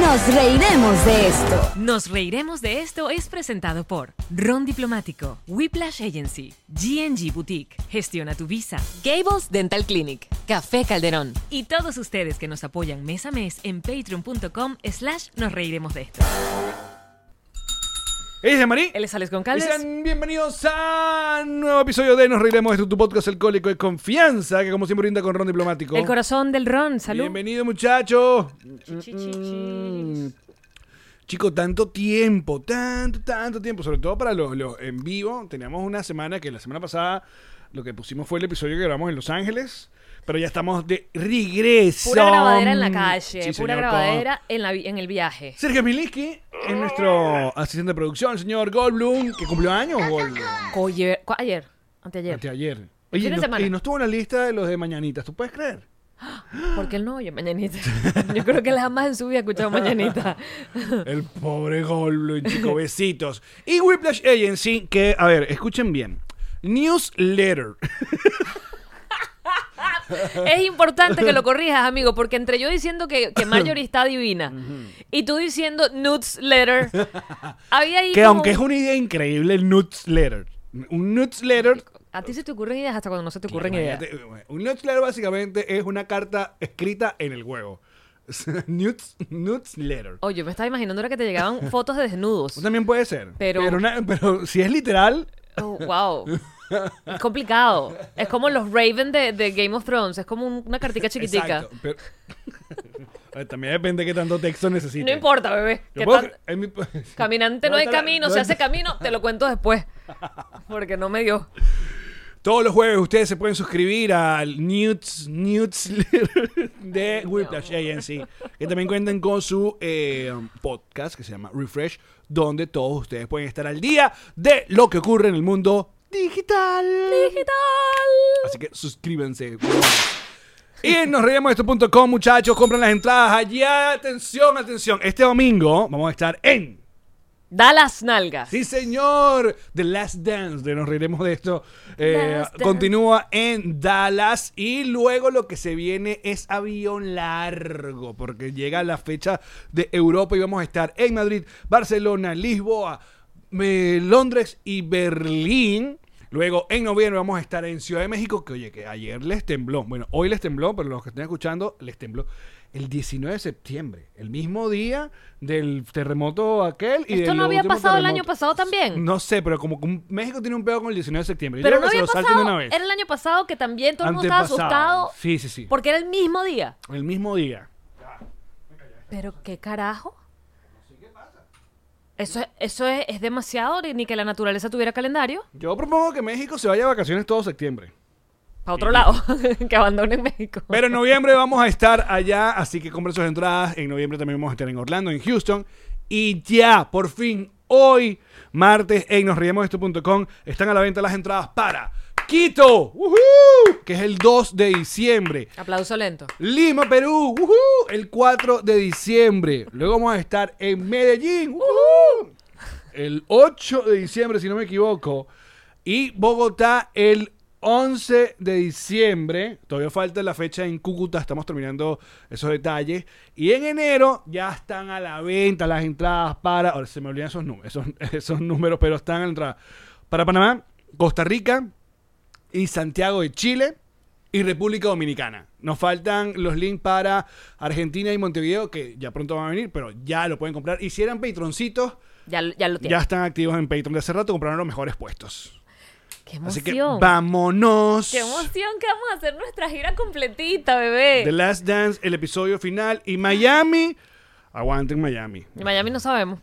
Nos reiremos de esto. Nos reiremos de esto es presentado por Ron Diplomático, Whiplash Agency, GNG Boutique, Gestiona tu Visa, Gables Dental Clinic, Café Calderón. y todos ustedes que nos apoyan mes a mes en patreon.com slash nos reiremos de esto. Ella es Marí. Él es Alex Y Goncalves. sean bienvenidos a un nuevo episodio de Nos Reiremos. Esto es tu podcast alcohólico de confianza, que como siempre brinda con Ron Diplomático. El corazón del Ron, salud. Bienvenido, Mm, muchacho. Chico, tanto tiempo, tanto, tanto tiempo. Sobre todo para los, los en vivo. Teníamos una semana que la semana pasada lo que pusimos fue el episodio que grabamos en Los Ángeles. Pero ya estamos de regreso. Pura grabadera en la calle, Sí, pura señor, grabadera en, la vi- en el viaje. Sergio Miliski es nuestro asistente de producción, el señor Goldblum, que cumplió años, Goldblum. Oye, ¿cu- ayer, anteayer. Anteayer. Oye, Fin de no- semana. y no estuvo en la lista de los de mañanitas, ¿tú puedes creer? Porque él no oye Mañanita. Yo creo que él jamás en su vida ha escuchado Mañanita. El pobre Goldblum, chico, besitos. Y Whiplash Agency, que, a ver, escuchen bien. Newsletter. Es importante que lo corrijas, amigo, porque entre yo diciendo que, que Marjorie está divina y tú diciendo newsletter, había ahí Que como aunque es una idea increíble, el newsletter. Un newsletter. A ti se te ocurren ideas hasta cuando no se te ocurren ideas. Imagínate, Un newsletter básicamente es una carta escrita en el huevo. News- newsletter. Oye, me estaba imaginando era que te llegaban fotos de desnudos. También puede ser. Pero- una- pero si es literal, Oh, wow. Es complicado. Es como los Raven de, de Game of Thrones. Es como un- una cartica chiquitica. Exacto, pero- A ver, También depende de qué tanto texto necesites. No importa, bebé. Yo Que puedo- tan- en mi- Caminante no hay está la- camino. no Se está- hace camino, te lo cuento después. Porque no me dio. Todos los jueves ustedes se pueden suscribir al News newsletter de Whiplash Agency, que también cuentan con su eh, podcast que se llama Refresh, donde todos ustedes pueden estar al día de lo que ocurre en el mundo digital. Digital. Así que suscríbanse. huevones. Y en nosreiremosdeesto.com, muchachos, compran las entradas allá. Atención, atención. Este domingo vamos a estar en Da las nalgas. Sí, señor. The Last Dance, de nos reiremos de esto. eh, Last Dance. continúa en Dallas y luego lo que se viene es avión largo porque llega la fecha de Europa y vamos a estar en Madrid, Barcelona, Lisboa, eh, Londres y Berlín. Luego en noviembre vamos a estar en Ciudad de México, que oye, que ayer les tembló. Bueno, hoy les tembló, pero los que estén escuchando, les tembló. El 19 de septiembre, el mismo día del terremoto aquel y ¿Esto del no había último pasado el terremoto. año pasado también? No sé, pero como que un- México tiene un pedo con el 19 de septiembre. Yo Pero creo no que se había lo saltan de pasado. una vez. Era el año pasado que también todo el mundo estaba Antepasado. asustado. Sí, sí, sí. Porque era el mismo día. El mismo día. Pero qué carajo. Eso, es- eso es, es demasiado, ni que la naturaleza tuviera calendario. Yo propongo que México se vaya de vacaciones todo septiembre. Para otro lado, que abandonen México. Pero en noviembre vamos a estar allá, así que compren sus entradas. En noviembre también vamos a estar en Orlando, en Houston. Y ya, por fin, hoy, martes, en nosriemosesto.com, están a la venta las entradas para Quito, ¡Uhú! que es el 2 de diciembre. Aplauso lento. Lima, Perú, ¡uhú! el 4 de diciembre. Luego vamos a estar en Medellín, ¡uhú! el 8 de diciembre, si no me equivoco. Y Bogotá, el 11 de diciembre. Todavía falta la fecha en Cúcuta, estamos terminando esos detalles. Y en enero ya están a la venta las entradas para. Ahora se me olvidan esos, nú- esos, esos números, pero están a la entrada. Para Panamá, Costa Rica y Santiago de Chile. y República Dominicana. Nos faltan los links para Argentina y Montevideo, que ya pronto van a venir, pero ya lo pueden comprar. Y si eran patroncitos, Ya, ya lo ya tienes. están activos en Patreon de hace rato, compraron los mejores puestos. ¡Qué Así que emoción! vámonos. ¡Qué emoción que vamos a hacer nuestra gira completita, bebé! The Last Dance, el episodio final y Miami. Aguanten Miami. En Miami no sabemos.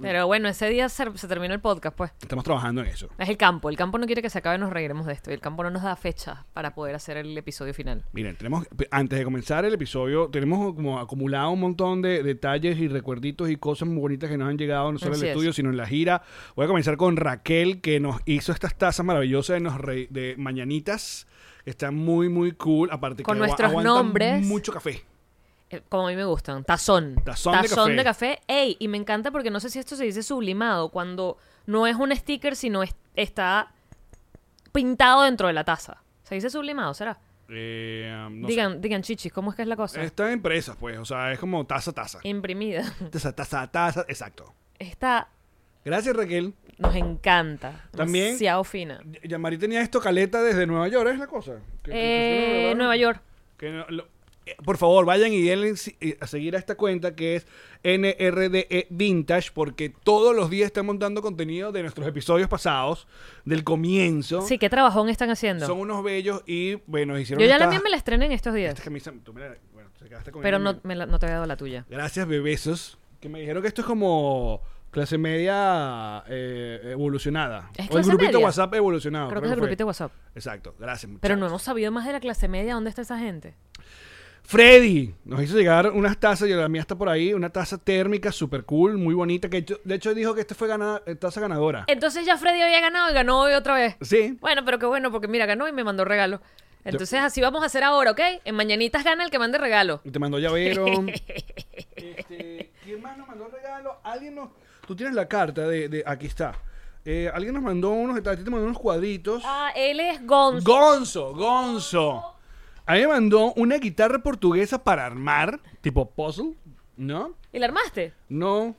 Pero bueno, ese día se, se terminó el podcast, pues. Estamos trabajando en eso. Es el campo. El campo no quiere que se acabe, nos reiremos de esto. Y el campo no nos da fecha para poder hacer el episodio final. Miren, tenemos, antes de comenzar el episodio, tenemos como acumulado un montón de detalles y recuerditos y cosas muy bonitas que nos han llegado no solo Así al es. estudio, sino en la gira. Voy a comenzar con Raquel, que nos hizo estas tazas maravillosas de, nos re- de mañanitas. que Están muy, muy cool. Aparte Con que agua- nuestros aguantan nombres. Mucho café. Eh, Como a mí me gustan. Tazón. Tazón de café. de café. Ey, y me encanta porque no sé si esto se dice sublimado, cuando no es un sticker, sino es- está pintado dentro de la taza. ¿Se dice sublimado, será? Eh, no sé. digan, digan, chichis, ¿cómo es que es la cosa? Están impresas, pues. O sea, es como taza, taza. Imprimida. Taza, taza, taza. Exacto. Está... Gracias, Raquel. Nos encanta. También- Demasiado fina. Y- Yamari tenía esto caleta desde Nueva York, ¿es la cosa? Que- que- que- que- Eh, que- Nueva York. que no- lo- eh, por favor, vayan y denle si- eh, a seguir a esta cuenta que es NRDE E Vintage, porque todos los días están montando contenido de nuestros episodios pasados, del comienzo. Sí, qué trabajón están haciendo. Son unos bellos y, bueno, hicieron Yo ya esta- este la mía me la estrené en estos días. esta camisa, tú me la- bueno, te quedaste con Pero ella, no, me- me la- no te había dado la tuya. Gracias, bebesos. Que me dijeron que esto es como clase media eh, evolucionada. ¿Es o el clase grupito media? WhatsApp evolucionado. Creo que es el fue. grupito de WhatsApp. Exacto, gracias. Pero no muchachos. hemos sabido más de la clase media. ¿Dónde está esa gente? Freddy nos hizo llegar unas tazas, y la mía está por ahí, una taza térmica super cool, muy bonita, que hecho- de hecho dijo que esta fue gana- eh, taza ganadora. Entonces ya Freddy había ganado y ganó hoy otra vez. Sí. Bueno, pero qué bueno, porque mira, ganó y me mandó regalo. Entonces así vamos a hacer ahora, ¿ok? En Mañanitas gana el que mande regalo. Y Te mandó llavero. Este, ¿Quién más nos mandó regalo? Alguien nos... Tú tienes la carta de... de- aquí está. Eh, alguien nos mandó unos... A ti te mandó unos cuadritos. Ah, él es Gonz. Gonzo, Gonzo. A mí me mandó una guitarra portuguesa para armar, tipo puzzle, ¿no? ¿Y la armaste? No,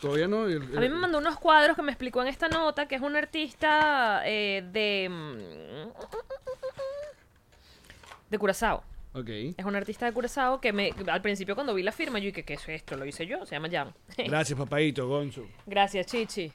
todavía no. A Eh, mí me mandó unos cuadros que me explicó en esta nota, que es un artista eh, de... mm, De Curazao. Ok. Es un artista de Curazao que me, al principio cuando vi la firma yo dije, ¿qué es esto? Lo hice yo, se llama Jan. Gracias, papadito, Gonzo. Gracias, Chichi.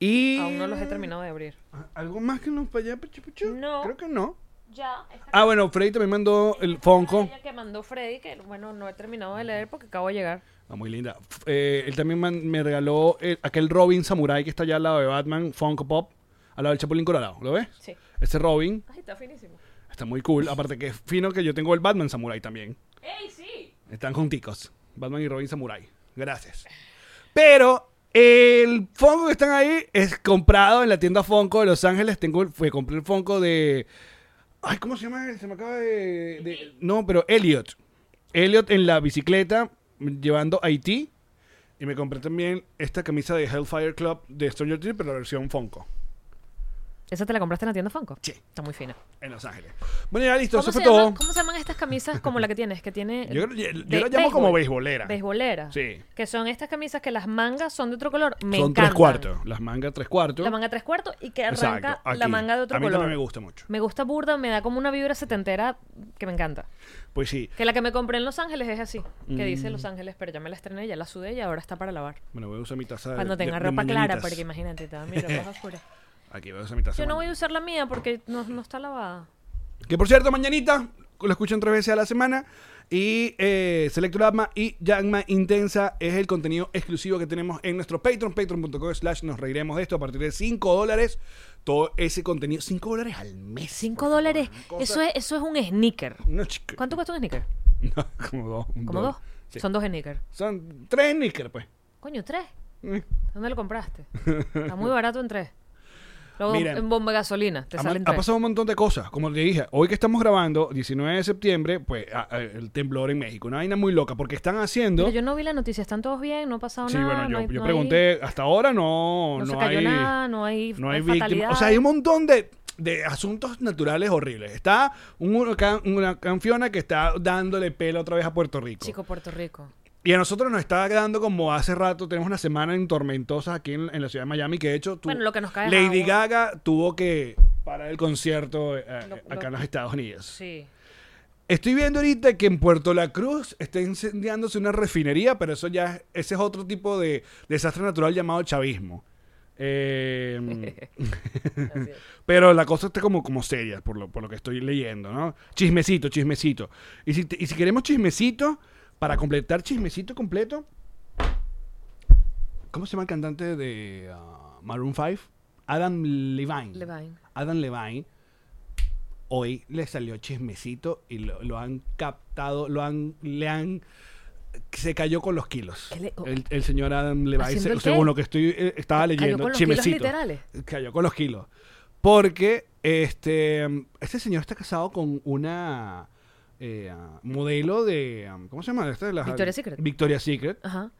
Y... Aún no los he terminado de abrir. ¿Algo más que nos para allá, pachu, pachu? No. Creo que no. Ya, esta Ah, bueno, Freddy también mandó el Fonco. carta que mandó Freddy, que bueno, no he terminado de leer porque acabo de llegar. Ah, muy linda. F- eh, él también man- me regaló el- aquel Robin Samurai que está allá al lado de Batman, Funko Pop, al lado del Chapulín Colorado. ¿Lo ves? Sí. Ese Robin Ay, está finísimo. está muy cool. Aparte que es fino que yo tengo el Batman Samurai también. ¡Ey, sí! Están junticos. Batman y Robin Samurai. Gracias. Pero el Funko que están ahí es comprado en la tienda Funko de Los Ángeles. Tengo, el- fue, compré el Funko de... Ay, ¿cómo se llama? él? Se me acaba de... de- no, pero Elliot. Elliot en la bicicleta llevando a Haití. Y me compré también esta camisa de Hellfire Club de Stranger Things, pero la versión Funko. ¿Esa te la compraste en la tienda Funko? Sí. Está muy fina. En Los Ángeles. Bueno, ya listo. ¿Cómo Eso se, fue llama- todo. cómo se llaman estas camisas como la que tienes? Que tiene... Yo, creo- yo- yo de- la llamo como béisbol. beisbolera. Beisbolera. Sí. Que son estas camisas que las mangas son de otro color. Me Son encantan. tres cuartos. Las mangas tres cuartos. La manga tres cuartos y que arranca Exacto, la aquí. manga de otro A mí color. también me gusta mucho. Me gusta burda, me da como una vibra setentera que me encanta. Pues sí. Que la que me compré en Los Ángeles es así, que dice Mm. Los Ángeles, pero ya me la estrené, ya la sudé y ahora está para lavar. Bueno, voy a usar mi taza de- Cuando de- tenga de ropa clara, mañanitas. porque imagínate, toda mi ropa es oscura. Aquí voy a usar mi taza. Yo de no voy a mañanitas. usar la mía porque no, no está lavada. Que por cierto, mañanita lo escuchan tres veces a la semana. Y eh, Selector Atma y Yagma Intensa es el contenido exclusivo que tenemos en nuestro Patreon, patreon.com slash nos reiremos de esto a partir de 5 dólares. Todo ese contenido, 5 dólares al mes. Cinco por dólares, favor, una cosa- eso es, eso es un sneaker. No, chico. ¿Cuánto cuesta un sneaker? No, como dos. un ¿Como dos? dólar. Sí. Son dos sneakers. Son tres níqueles, pues. Coño, tres. Eh. ¿Dónde lo compraste? Está muy barato en tres. Luego Mira, en bomba de gasolina, te Ha, salen ha tres. pasado un montón de cosas. Como te dije, hoy que estamos grabando, 19 de septiembre, pues a- a- el temblor en México. Una vaina muy loca, porque están haciendo. Pero yo no vi la noticia, ¿están todos bien? ¿No ha pasado sí, nada? bueno, yo, no hay- yo no hay- pregunté, hasta ahora no, No, no, se cayó hay, nada, no hay, no hay fatalidad. víctimas. O sea, hay un montón de, de asuntos naturales horribles. Está un huracán, una canfiona que está dándole pelo otra vez a Puerto Rico. Chico Puerto Rico. Y a nosotros nos está quedando como hace rato, tenemos una semana en tormentosas aquí en, en la ciudad de Miami, que de hecho tú- Bueno, lo que nos cae es Lady agua. Gaga tuvo que para el concierto eh, Lo- acá lo- en los Estados Unidos. Sí. Estoy viendo ahorita que en Puerto La Cruz está incendiándose una refinería, pero eso ya es- ese es otro tipo de desastre natural llamado chavismo. Eh, pero la cosa está como, como seria, por lo, por lo que estoy leyendo, ¿no? Chismecito, chismecito. Y si, te- y si queremos chismecito, para completar chismecito completo, ¿cómo se llama el cantante de ah, Maroon 5? Adam Levine. Levine. Adam Levine. Hoy le salió chismecito y lo, lo han captado, lo han, le han, se cayó con los kilos. ¿Qué le- oh, el, el señor Adam Levine, ¿Haciendo se- el qué? según lo que estoy, eh, estaba ¿Cayó leyendo, con los kilos chismecito. literales? Cayó con los kilos. Porque este, este señor está casado con una eh, modelo de, um, ¿cómo se llama? Esta de las- Victoria's Secret. Victoria's Secret. Ajá.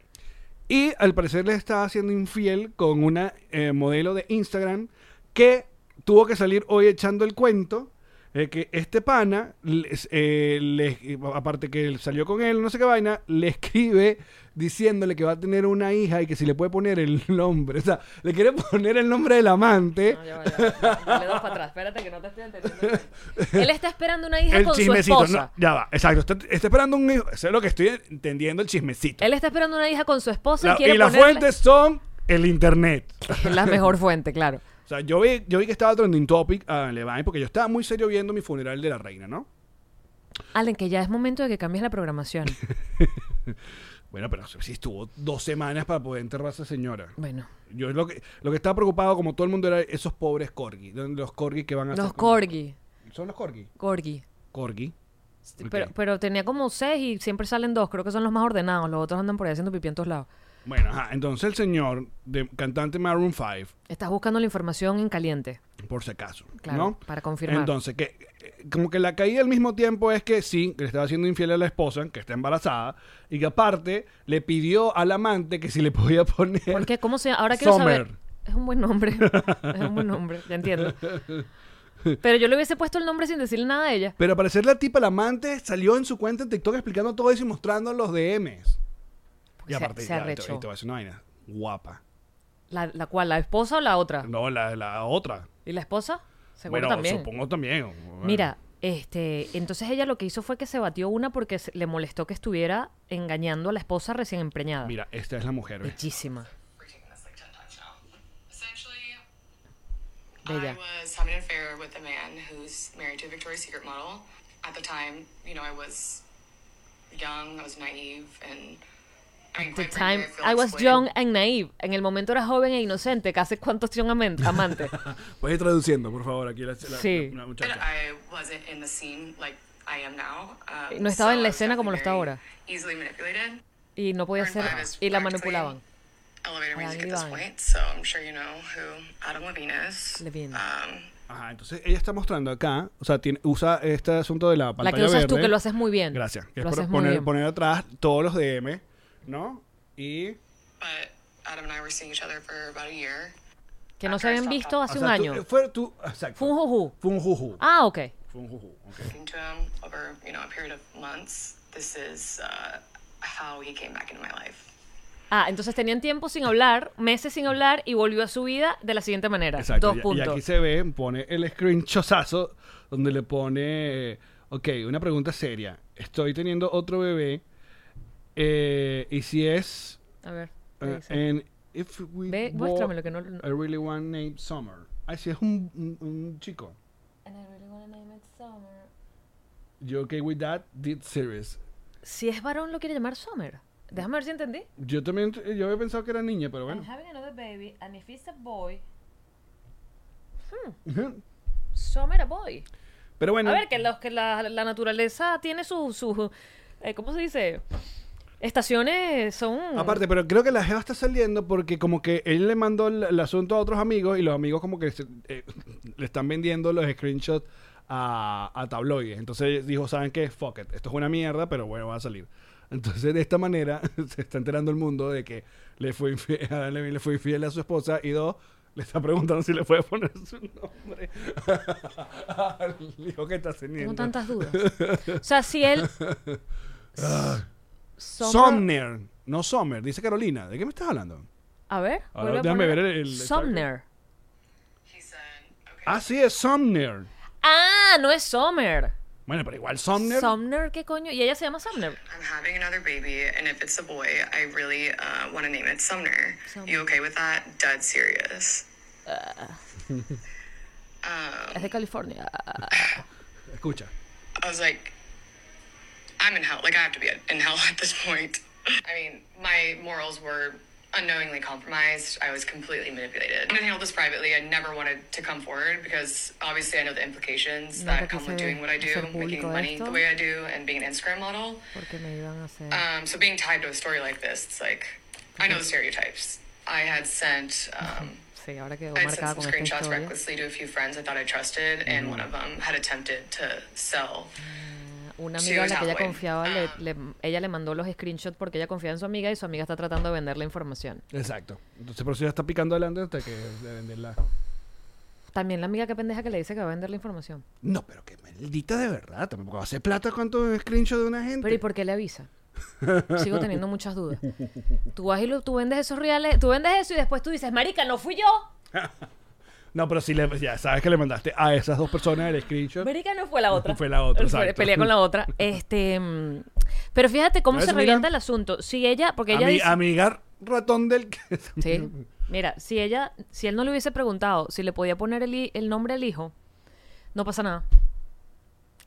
Y al parecer le estaba haciendo infiel con una eh, modelo de Instagram que tuvo que salir hoy echando el cuento de que este pana, les- eh, le- aparte que él salió con él, no sé qué vaina, le escribe diciéndole que va a tener una hija y que si le puede poner el nombre, o sea, le quiere poner el nombre del amante. No, ya va, ya va. Dale dos para atrás. Espérate que no te estoy entendiendo. Él está esperando una hija El con su chismecito, esposa. no, ya va, exacto, está, está esperando un hijo, eso es lo que estoy entendiendo, el chismecito. Él está esperando una hija con su esposa La- y quiere y las ponerle- fuentes son el internet. La mejor fuente, claro. O sea, yo vi, yo vi que estaba trending topic a Levine porque yo estaba muy serio viendo mi funeral de la reina, ¿no? Allen, que ya es momento de que cambies la programación. Bueno, pero sí estuvo dos semanas para poder enterrar a esa señora. Bueno. Yo lo que, lo que estaba preocupado, como todo el mundo, era esos pobres corgi. Los corgi que van a hacer Los con- corgi. ¿Son los corgi? Corgi. Corgi. Ok. Pero, pues pero tenía como seis y siempre salen dos. Creo que son los más ordenados. Los otros andan por ahí haciendo pipí en todos lados. Bueno, ajá. Entonces el señor, de, cantante Maroon 5, Estás buscando la información en caliente. por si acaso. Claro, ¿no? para confirmar. Entonces, que eh, como que la caída al mismo tiempo es que sí, que le estaba siendo infiel a la esposa, que está embarazada, y que aparte le pidió al amante que si le podía poner. ¿Por qué? ¿Cómo se llama? Ahora quiero saber. Summer. Es un buen nombre. Es un buen nombre. Ya entiendo. Pero yo le hubiese puesto el nombre sin decirle nada a ella. Pero al parecer la tipa, la amante, salió en su cuenta en TikTok explicando todo eso y mostrando los DMs. Porque Pues se- se ya, arrechó. y te- y te voy a decir una vaina. Guapa. ¿La, la cual? ¿La esposa o la otra? No, la, la otra. ¿Y la esposa? Seguro bueno, también. supongo también. Bueno. Mira, este, entonces ella lo que hizo fue que se batió una porque se- le molestó que estuviera engañando a la esposa recién empreñada. Mira, esta es la mujer. ¿ves? Bellísima. we're taking this like 10 times now. Essentially, Bella. I was having an affair with a man who's married to a Victoria's Secret model. At the time, you know, I was young, I was naive, and I mean, The quite frankly, time I feel I was exploited. young and naive. En el momento era joven e inocente. Casi cuántos tiene un amen- amante. Puedes ir traduciendo, por favor, aquí la, la- Sí. la- la But muchacha. I wasn't in the scene like I am now. Um, No estaba en la I was escena como lo está definitely ahora. very Easily manipulated. Y no podía ser. Burn Five Y la is practically manipulaban. Elevator Adam music at this Levine. point, so I'm sure you know who Adam Levine is. Levine. Um, Ajá, entonces ella está mostrando acá, o sea, tiene- usa este asunto de la La pantalla que usas tú, verde. que lo haces muy bien. Gracias. Que Lo es por- haces muy poner, bien. poner atrás todos los DM, ¿no? Y... but Adam and I were seeing each other for about a year. Que no se habían visto o hace un sea, tú- eh, año. fue, tú- exacto. Fue un juju. Fue un juju. Ah, ok. Fue un juju, ok. talking to him over you know a period of months this is uh, how he came back into my life Ah, entonces tenían tiempo sin hablar, meses sin hablar y volvió a su vida de la siguiente manera. Exacto. Dos y- Y puntos. aquí se ve, pone el screenshotazo donde le pone, ok, una pregunta seria. Estoy teniendo otro bebé eh, y si es... A ver. ¿qué eh, dice? and if we Ve, bought muéstramelo, que no- no- I really want name Summer. Ah, si es un, un- un chico. You okay with that? Did series. Si es varón, lo quiere llamar Summer. Déjame ver si entendí. Yo también, eh, yo había pensado que era niña, pero bueno. I'm having another baby, and if it's a boy, Ujú. Summer a boy. Pero bueno. A ver, que, los, que la, la naturaleza tiene sus. Su, eh, ¿Cómo se dice? Estaciones son. Aparte, pero creo que la jeva está saliendo porque como que él le mandó el, el asunto a otros amigos y los amigos como que se- eh, le están vendiendo los screenshots a, a tabloides. Entonces dijo, ¿saben qué? Fuck it. Esto es una mierda, pero bueno, va a salir. Entonces de esta manera se está enterando el mundo de que le fue infiel, Adam Levine le fue infiel a su esposa y dos, le está preguntando si le puede poner su nombre. Dijo que está Tengo teniendo. tantas dudas. O sea, si él. Ah. Summer- Somner, no Sommer, dice Carolina. ¿De qué me estás hablando? A ver. Ahora vuelve a déjame poner- ver el- el- Sumner. he said okay Ah, sí, es Sumner. Ah, no es Summer. Bueno, pero igual Sumner. Sumner, ¿qué coño? Y ella se llama Sumner. I'm having another baby, and if it's a boy, I really uh, want to name it Sumner. You okay with that? Dead serious. Es de California. Escucha. I was like, I'm in hell. Like, I have to be in hell at this point. I mean, my morals were unknowingly compromised. I was completely manipulated. I'm gonna handle this privately. I never wanted to come forward because obviously I know the implications Nunca that come with quise doing what I do, hacer making público money esto. the way I do, and being an Instagram model. Porque me iban a hacer. Um, so being tied to a story like this, it's like, I know the stereotypes. I had sent. Um, Sí, ahora quedó I had sent marcada some con esta screenshots historia. recklessly to a few friends I thought I trusted, and one of them had attempted to sell Una Sí, amiga a la que ella Howard. confiaba, le- Ah. le- ella le mandó los screenshots porque ella confía en su amiga y su amiga está tratando de vender la información. Exacto. Entonces, por eso ya está picando adelante hasta que de venderla. También la amiga que pendeja que le dice que va a vender la información. No, pero que maldita de verdad. Tampoco hace plata cuánto screenshot de una gente. Pero ¿y por qué le avisa? Sigo teniendo muchas dudas. Tú vas y lo- tú vendes esos reales, tú vendes eso y después tú dices, marica, no fui yo. No, pero si le, ya sabes que le mandaste a esas dos personas el screenshot. América no fue la otra. Fue la otra, Fue- exacto. Pelea con la otra. Este, mm, pero fíjate cómo Eso, se mira. revienta el asunto. Si ella, porque ella Ami- dice, Amigar ratón del que. sí, mira, si ella, si él no le hubiese preguntado si le podía poner el, hi- el nombre al hijo, no pasa nada.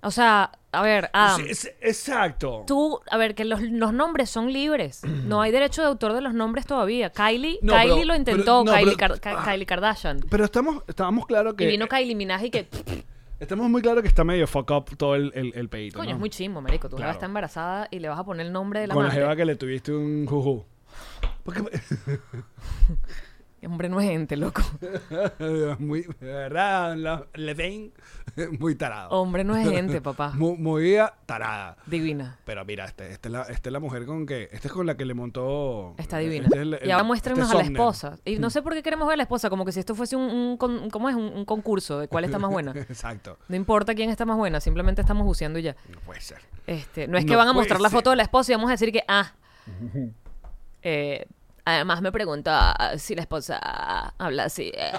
O sea, a ver, Adam, Sí, es- exacto. ah. tú, a ver, que los, los nombres son libres. No hay derecho de autor de los nombres todavía. Kylie, No, Kylie pero- lo intentó, pero- no, Kylie, pero- Kar- Ka- Kylie Kardashian. Pero estamos, estábamos claros que. Y vino Kylie Minaj y que, Estamos muy claros que está medio fuck up todo el, el, el pedito. coño, ¿no? es muy chismo, marico. Tú la vas a Claro. estar embarazada y le vas a poner el nombre de la Con la madre. jeva que le tuviste un juju. Porque, Hombre, no es gente, loco. muy. De verdad, la- le ven muy tarado. Hombre, no es gente, papá. Muy, muy a- tarada. Divina. Pero mira, esta este es, la- esta es la mujer con que. Esta es con la que le montó. Está divina. este es el- el- y ahora muéstrenos este a la Sumner. esposa. Y no sé por qué queremos ver a la esposa, como que si esto fuese un, un con- ¿cómo es? Un, un concurso de cuál está más buena. Exacto. No importa quién está más buena, simplemente estamos buceando y ya. No puede ser. Este, no es que No van a puede mostrar la ser. foto de la esposa y vamos a decir que, ah. Eh, además me pregunta si la esposa habla así. eh.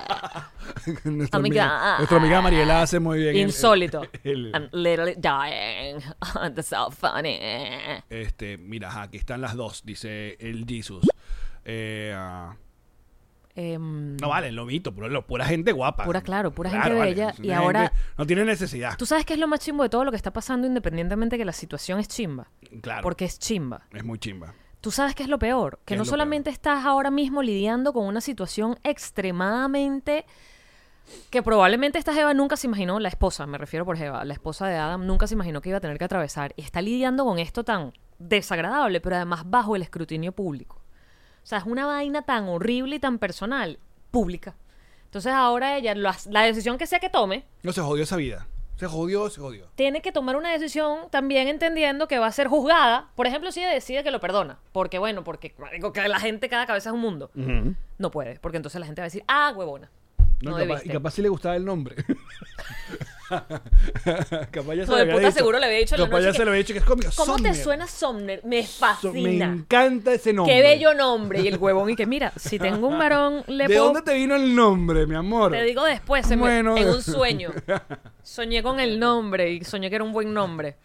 nuestra, Amiga. ah, amiga, nuestra amiga Mariela hace muy bien. el- Insólito. el- I'm literally dying. That's so funny. este, mira, ajá, aquí están las dos, dice el Jesus. Eh, ah, Em, no vale, lo mito, pura, pura gente guapa. Pura, claro, pura gente bella, es y una ahora- No tiene necesidad. Tú sabes qué es lo más chimbo de todo lo que está pasando, independientemente de que la situación es chimba. Claro. Porque es chimba. Es muy chimba. Tú sabes qué es lo peor. ¿Qué Que es no lo solamente estás ahora mismo lidiando con una situación extremadamente. Que probablemente esta Jeva nunca se imaginó, la esposa, me refiero por Jeva, la esposa de Adam nunca se imaginó que iba a tener que atravesar. Y está lidiando con esto tan desagradable, pero además bajo el escrutinio público. O sea, es una vaina tan horrible y tan personal, pública. Entonces ahora ella, las- la decisión que sea que tome, No se jodió esa vida. Se jodió, se jodió. tiene que tomar una decisión también entendiendo que va a ser juzgada. Por ejemplo, si ella decide que lo perdona, porque bueno, porque marico, que la gente, cada cabeza es un mundo. No puede, porque entonces la gente va a decir, ah, huevona. No, No, capaz, debiste. y capaz sí le gustaba el nombre. capaz ya se Hijo de lo había puta, dicho. seguro le había dicho en la Capaz noche ya que- se lo había dicho que es cómico. ¿Cómo te Sommer. suena Somner? Me So- Me fascina. encanta ese nombre. Qué bello nombre. Y el huevón, y que mira, si tengo un varón, le ¿De puedo- dónde te vino el nombre, mi amor? Te digo después, se me- Bueno. en un sueño. Soñé con el nombre y soñé que era un buen nombre.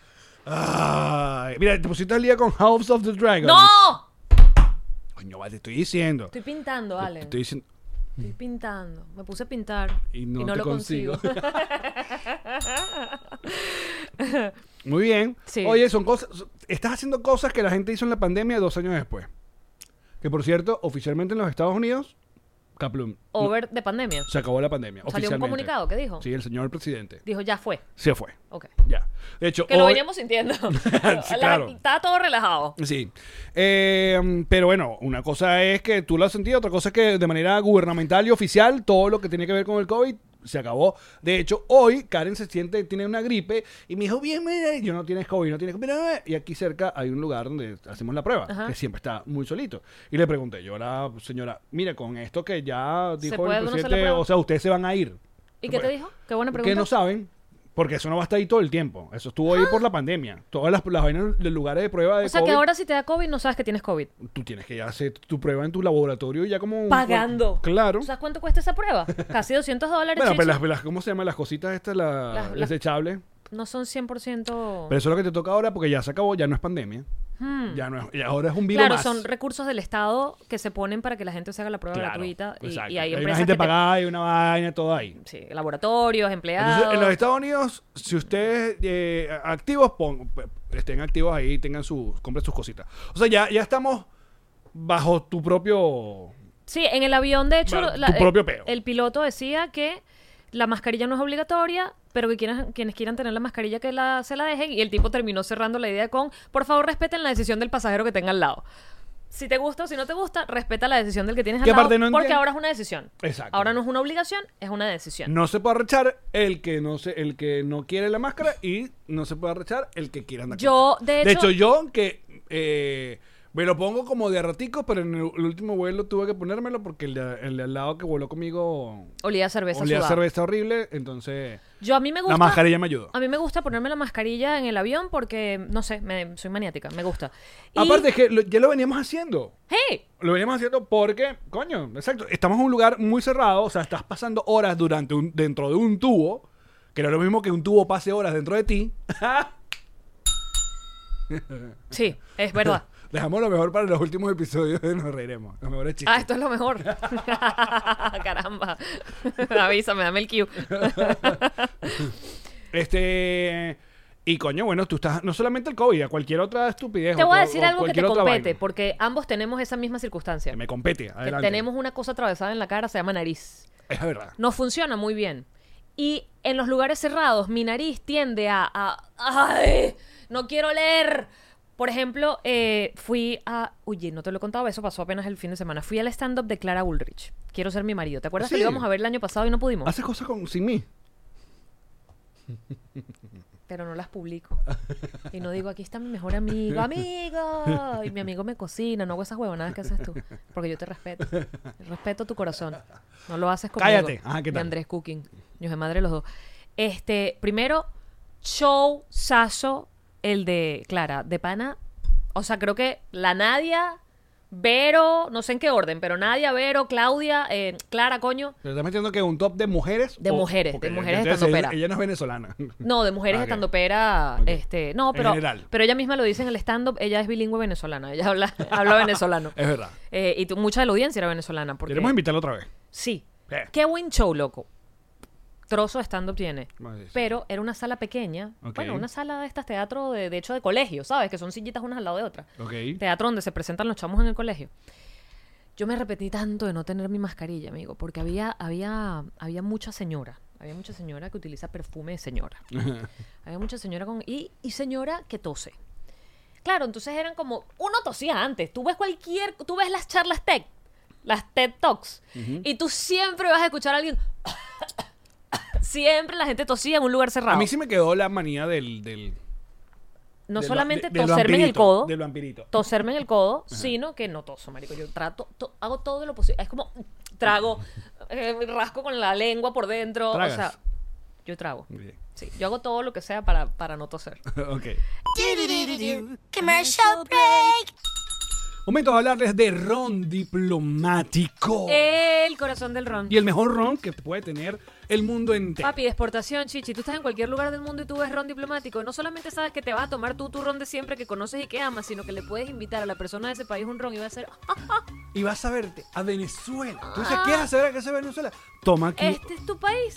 Ay, mira, te pusiste al día con House of the Dragon. ¡No! Coño, vale, te estoy diciendo. Estoy pintando, Te- te Allen. estoy diciendo. Estoy pintando. Me puse a pintar. Y no, te lo consigo. Muy bien. Sí. Oye, son cosas. son- Estás haciendo cosas que la gente hizo en la pandemia dos años después. Que por cierto, oficialmente en los Estados Unidos, Caplum. Over de pandemia. Se acabó la pandemia. Salió oficialmente. un comunicado, ¿qué dijo? Sí, el señor presidente. Dijo, ya fue. Se fue. Ok. Ya. De hecho, Que lo hoy- veníamos sintiendo. Sí, La- claro. Estaba todo relajado. Sí. Eh, pero bueno, una cosa es que tú lo has sentido, otra cosa es que de manera gubernamental y oficial todo lo que tiene que ver con el COVID se acabó. De hecho, hoy Karen se siente, tiene una gripe y me dijo, bien, mira, yo no tienes COVID, no tienes COVID. mira". Y aquí cerca hay un lugar donde hacemos la prueba, Ajá. que siempre está muy solito. Y le pregunté yo a la señora, mira, con esto que ya ¿Se dijo puede el uno hacer la presidente, prueba? o sea, ustedes se van a ir. ¿Y qué te dijo? Qué buena pregunta. Que no saben. Porque eso no va a estar ahí todo el tiempo. Eso estuvo ahí por la pandemia. Todas las, las vainas de lugares de prueba de Ah. O sea COVID, que ahora si te da COVID no sabes que tienes COVID. tú tienes que ya hacer tu prueba en tu laboratorio ya como... Pagando. Claro. ¿Sabes cuánto cuesta esa prueba? Casi 200 dólares. Bueno, chicho. pero las, las- ¿cómo se llaman las cositas estas? La, Las- las- desechables. No son 100%... Pero eso es lo que te toca ahora porque ya se acabó, ya no es pandemia. Hmm. Ya no es, ya ahora es un virus Claro, más. son recursos del Estado que se ponen para que la gente se haga la prueba Claro, gratuita. Y, y exacto. hay una empresas gente que te- pagada, hay una vaina, todo ahí. sí, laboratorios, empleados. Entonces, en los Estados Unidos, si ustedes eh, activos, pon- estén activos ahí, tengan sus, compren sus cositas. O sea, ya, ya estamos bajo tu propio... Sí, en el avión, de hecho, Va, la- tu el- propio peo. el piloto decía que la mascarilla no es obligatoria, pero que quienes, quienes quieran tener la mascarilla que la, se la dejen. Y el tipo terminó cerrando la idea con, por favor, respeten la decisión del pasajero que tenga al lado. Si te gusta o si no te gusta, respeta la decisión del que tienes al Que lado. aparte no porque entiendo- ahora es una decisión. Exacto. Ahora no es una obligación, es una decisión. No se puede arrechar el que no se, el que no quiere la máscara y no se puede arrechar el que quiera andar con Yo, máscara. de De hecho- hecho, yo que eh, me lo pongo como de a ratico, pero en el, el último vuelo tuve que ponérmelo porque el de, el de al lado que voló conmigo Olía a cerveza olía a sudada. cerveza horrible, entonces Yo a mí me gusta... la mascarilla me ayudó. A mí me gusta ponerme la mascarilla en el avión porque, no sé, me- soy maniática, me gusta. Y- Aparte es que lo- ya lo veníamos haciendo. ¡Hey! Lo veníamos haciendo porque, coño, exacto, estamos en un lugar muy cerrado, o sea, estás pasando horas durante un, dentro de un tubo, que no es lo mismo que un tubo pase horas dentro de ti. Sí, es verdad. Dejamos lo mejor para los últimos episodios de Nos Reiremos. Los mejores chistes. Ah, esto es lo mejor. Caramba. Avísame, dame el cue. Este. Y coño, bueno, tú estás. No solamente el COVID, a cualquier otra estupidez. Te o voy a cu- decir o algo que te cualquier otra compete, vaina. porque ambos tenemos esa misma circunstancia. Que me compete. Que Adelante. tenemos una cosa atravesada en la cara, se llama nariz. Es verdad. No funciona muy bien. Y en los lugares cerrados, mi nariz tiende a... a- ¡Ay! No quiero leer. Por ejemplo, eh, fui a... Oye, no te lo he contado, eso pasó apenas el fin de semana. Fui al stand-up de Clara Ulrich. Quiero ser mi marido. ¿Te acuerdas que ¿Ah, Sí. lo íbamos a ver el año pasado y no pudimos? Haces cosas con, sin mí. pero no las publico. Y no digo, aquí está mi mejor amigo, amigo. Y mi amigo me cocina, no hago esas huevonadas que haces tú. Porque yo te respeto. Respeto tu corazón. No lo haces conmigo. Cállate. Ajá, Ah, ¿qué De tal? Andrés Cooking. Yo de madre los dos. Este, primero, show saso, el de Clara, de pana. O sea, creo que la Nadia, Vero, no sé en qué orden, pero Nadia, Vero, Claudia, eh, Clara, coño. Pero estás metiendo que un top de mujeres. De mujeres, porque de ya- mujeres ya te decía, estandopera. Ella, ella no es venezolana. No, de mujeres Ah, ok. estando pera, Ok. este, no, En pero, general. pero ella misma lo dice en el stand-up, ella es bilingüe venezolana, ella habla, habla venezolano. Es verdad. Eh, y tu- mucha de la audiencia era venezolana. Porque, Queremos invitarla otra vez. Sí. Eh. Qué buen show, loco. Trozo de stand-up tiene. Ah, sí, sí. Pero era una sala pequeña. Ok. Bueno, una sala de estas teatro, de, de hecho, de colegio, ¿sabes? Que son sillitas unas al lado de otras. Ok. Teatro donde se presentan los chamos en el colegio. Yo me arrepentí tanto de no tener mi mascarilla, amigo, porque había, había, había mucha señora. Había mucha señora que utiliza perfume de señora. había mucha señora con. Y, y señora que tose. Claro, entonces eran como. Uno tosía antes. Tú ves cualquier. Tú ves las charlas tech, las TED Talks. Y tú siempre vas a escuchar a alguien. siempre la gente tosía en un lugar cerrado. A mí sí me quedó la manía del. del no del va- solamente de- del toserme en el vampirito, codo. Del vampirito. toserme en el codo, sino que no toso, marico. Yo trato, to- hago todo lo posible. Es como trago, eh, rasco con la lengua por dentro. O Tragas. sea, yo trago. Muy bien. Sí, yo hago todo lo que sea para, para no toser. ok. Commercial break. Momento de hablarles de ron diplomático. El corazón del ron. Y el mejor ron que puede tener el mundo entero. Papi, de exportación, chichi. Tú estás en cualquier lugar del mundo y tú ves ron diplomático. No solamente sabes que te vas a tomar tú tu ron de siempre que conoces y que amas, sino que le puedes invitar a la persona de ese país un ron y va a ser. "Ah, Y vas a verte a Venezuela. Tú dices, ¿qué vas a ver a qué se ve Venezuela? Toma aquí. Este es tu país.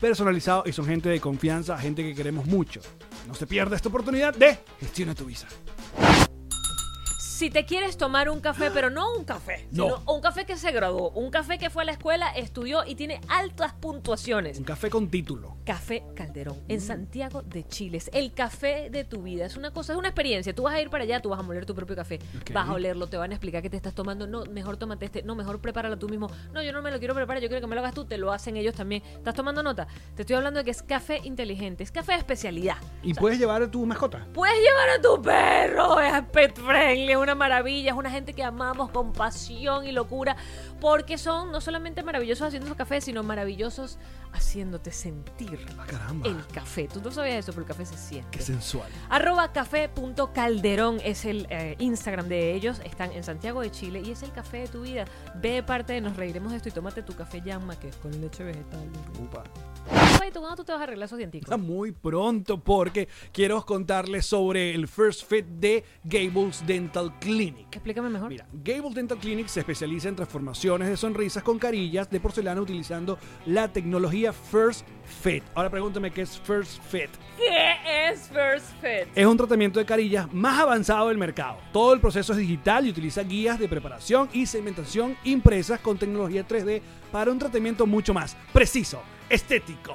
personalizado y son gente de confianza, gente que queremos mucho. No se pierda esta oportunidad de Gestiona tu Visa. Si te quieres tomar un café, pero no un café, No. sino un café que se graduó, un café que fue a la escuela, estudió y tiene altas puntuaciones. Un café con título. Café Calderón, en Santiago de Chile. Es el café de tu vida. Es una cosa, es una experiencia. Tú vas a ir para allá, tú vas a moler tu propio café. Ok. Vas a olerlo, te van a explicar qué te estás tomando. No, mejor tómate este. No, mejor prepáralo tú mismo. No, yo no me lo quiero preparar, yo quiero que me lo hagas tú. Te lo hacen ellos también. ¿Estás tomando nota? Te estoy hablando de que es café inteligente, es café de especialidad. Y puedes llevar a tu mascota. Puedes llevar a tu perro, es pet friendly, es una maravilla, es una gente que amamos con pasión y locura, porque son no solamente maravillosos haciendo su café, sino maravillosos haciéndote sentir Ah, caramba. el café. Tú no sabías eso, pero el café se siente. Qué sensual. Arroba café.calderón es el eh, Instagram de ellos, están en Santiago de Chile y es el café de tu vida. Ve de parte de Nos Reiremos de esto y tómate tu café llama, que es con leche vegetal. Upa. Güey, ¿tú cuándo tú te vas a arreglar esos dienticos? Ah, Muy pronto porque quiero contarles sobre el First Fit de Gables Dental Clinic. Explícame mejor. Mira, Gable Dental Clinic se especializa en transformaciones de sonrisas con carillas de porcelana utilizando la tecnología First Fit. Ahora pregúntame qué es First Fit. ¿Qué es First Fit? Es un tratamiento de carillas más avanzado del mercado. Todo el proceso es digital y utiliza guías de preparación y segmentación impresas con tecnología 3D para un tratamiento mucho más preciso, estético,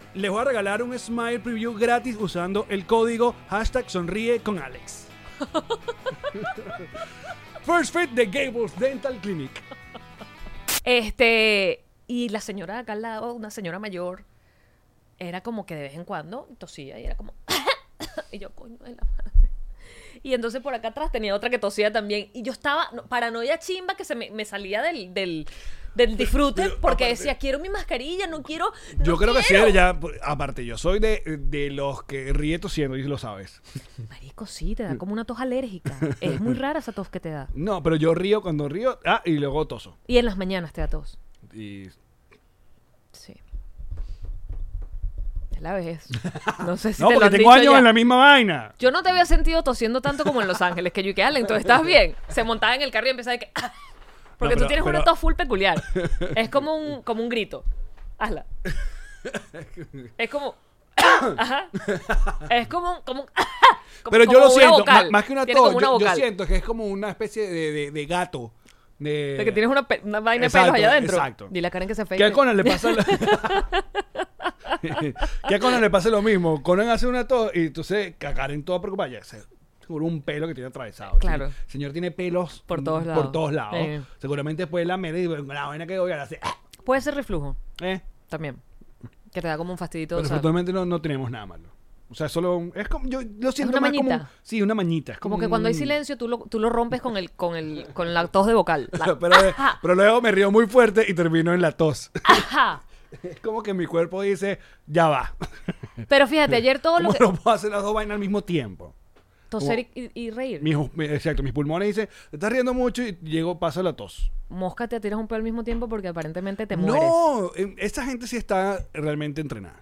les voy a regalar un Smile Preview gratis usando el código hashtag sonríe con Alex. First Fit de Gables Dental Clinic. Este, y la señora de acá al lado, una señora mayor, era como que de vez en cuando tosía y era como. y yo, coño de la madre. Y entonces por acá atrás tenía otra que tosía también. Y yo estaba, no, paranoia chimba, que se me, me salía del. del del disfrute Pero, porque aparte- decía quiero mi mascarilla no quiero no Yo creo que sí, quiero". ya, aparte, yo soy de, de los que ríe tosiendo y lo sabes. marico sí te da como una tos alérgica es muy rara esa tos que te da No, pero yo río cuando río, ah, y luego toso. y en las mañanas te da tos Y Sí. Es la vejez. No sé si no, te lo porque han tengo dicho años ya. en la misma vaina. Yo no te había sentido tosiendo tanto como en Los Ángeles, que yo y que Allen, tú estás bien. Se montaba en el carro y empezaba de que... "Ah", porque tú No, pero- tienes una pero- tos full peculiar. Es como un, como un grito. Hazla. Es como... Ajá. Es como, un- como un... como- pero como yo lo una siento, vocal. ma- más que una Tiene tos, como una yo, yo vocal. siento que es como una especie de, de- de gato. De, De que tienes una, pe- una vaina de Exacto, pelos allá adentro. exacto. Dile a Karen que se Que afeite. a Conan le pasa lo... que a Conan le pasa lo mismo. Conan hace una tos y entonces a Karen toda preocupada. Ya, se- seguro un pelo que tiene atravesado. Claro. El señor tiene pelos Por todos mm, lados. Por todos lados. Sí. Seguramente después la mera y la vaina que voy a hacer. Puede ser reflujo Eh. también. Que te da como un fastidito. Pero o sea, afortunadamente no, no tenemos nada malo. O sea, solo un- es como, yo lo siento una más como mañita. un- sí, una mañita. Es Como que cuando hay un- silencio, tú lo, tú lo rompes con el, con el, con la tos de vocal. La- pero, pero luego me río muy fuerte y termino en la tos. Ajá. es como que mi cuerpo dice, ya va. Pero fíjate, ayer todo lo ¿Cómo que. no puedo hacer las dos vainas al mismo tiempo? Toser y, y- y reír. Mis, mi- exacto, mis pulmones dicen, te estás riendo mucho y llego, paso la tos. Mosca te tiras un peo al mismo tiempo porque aparentemente te mueres. No, eh, esa gente sí está realmente entrenada.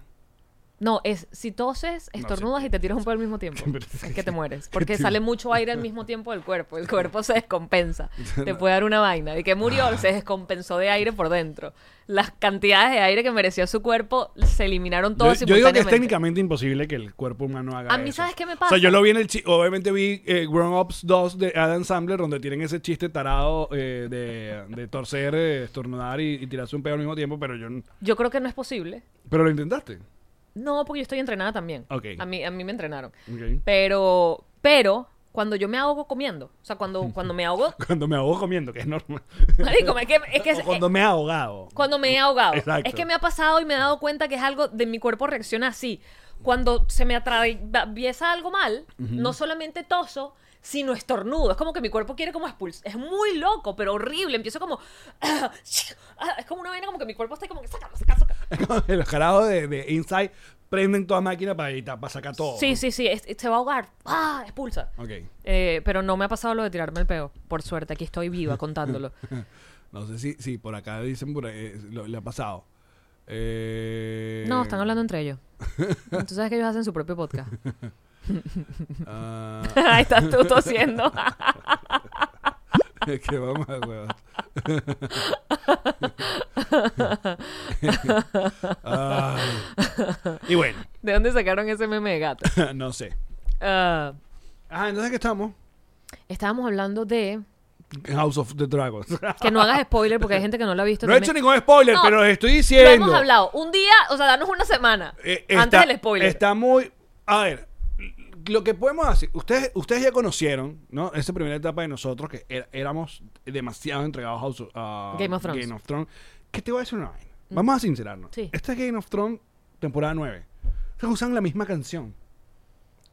No, es si toses, estornudas y te tiras un peo al mismo tiempo. Es que te mueres. Porque sale mucho aire al mismo tiempo del cuerpo. El cuerpo se descompensa. Te puede dar una vaina. De que murió, se descompensó de aire por dentro. Las cantidades de aire que merecía su cuerpo se eliminaron Yo, todos yo digo que es simultáneamente. técnicamente imposible que el cuerpo humano haga A mí, eso. ¿sabes qué me O pasa? sea, yo lo vi en el... chi- Obviamente vi eh, Grown Ups 2 de Adam Sandler, donde tienen ese chiste tarado eh, de, de torcer, eh, estornudar y, y tirarse un pedo al mismo tiempo, pero yo... n- Yo creo que no es posible. Pero lo intentaste. No, porque yo estoy entrenada también. Ok. A mí, a mí me entrenaron. Ok. Pero, pero, cuando yo me ahogo comiendo, o sea, cuando, cuando me ahogo, Cuando me ahogo comiendo, que es normal. marico, es que, es que eh, O cuando me he ahogado. cuando me he ahogado. Exacto. Es que me ha pasado y me he dado cuenta que es algo de mi cuerpo reacciona así. Cuando se me atraviesa algo mal, no solamente toso, sino estornudo. Es como que mi cuerpo quiere como expulsar. Es muy loco, pero horrible. Empiezo como... ah, es como una vaina como que mi cuerpo está como que... Saca, saca, saca. Los carajos de, de Inside prenden toda máquina para evitar, para sacar todo. Sí, sí, sí. es- se va a ahogar. ¡Ah! Expulsa. Ok. Eh, pero no me ha pasado lo de tirarme el peo. Por suerte, aquí estoy viva contándolo. Eh. No sé si, si por acá dicen, por ahí, eh, lo- le ha pasado. Eh, No, están hablando entre ellos. Tú sabes que ellos hacen su propio podcast. ah, Ahí estás tú tosiendo. que vamos a huevos. Ay. Y bueno, ¿De dónde sacaron ese meme de gato? no sé. Ah, Ah, entonces que estamos. estábamos hablando de... House of the Dragons. Que no hagas spoiler porque hay gente que no lo ha visto. no he hecho también. ningún spoiler, No, pero les estoy Lo diciendo. hemos hablado. Un día, o sea, danos una semana. Eh, antes está- del spoiler. Está muy. A ver, lo que podemos hacer. Ustedes, ustedes ya conocieron, ¿no? Esa primera etapa de nosotros que er- éramos demasiado entregados a House of- a Game of Thrones. Game of Thrones. ¿Qué te voy a decir una vaina? Vamos a sincerarnos. Sí. Esta es Game of Thrones, temporada 9. Se usan la misma canción.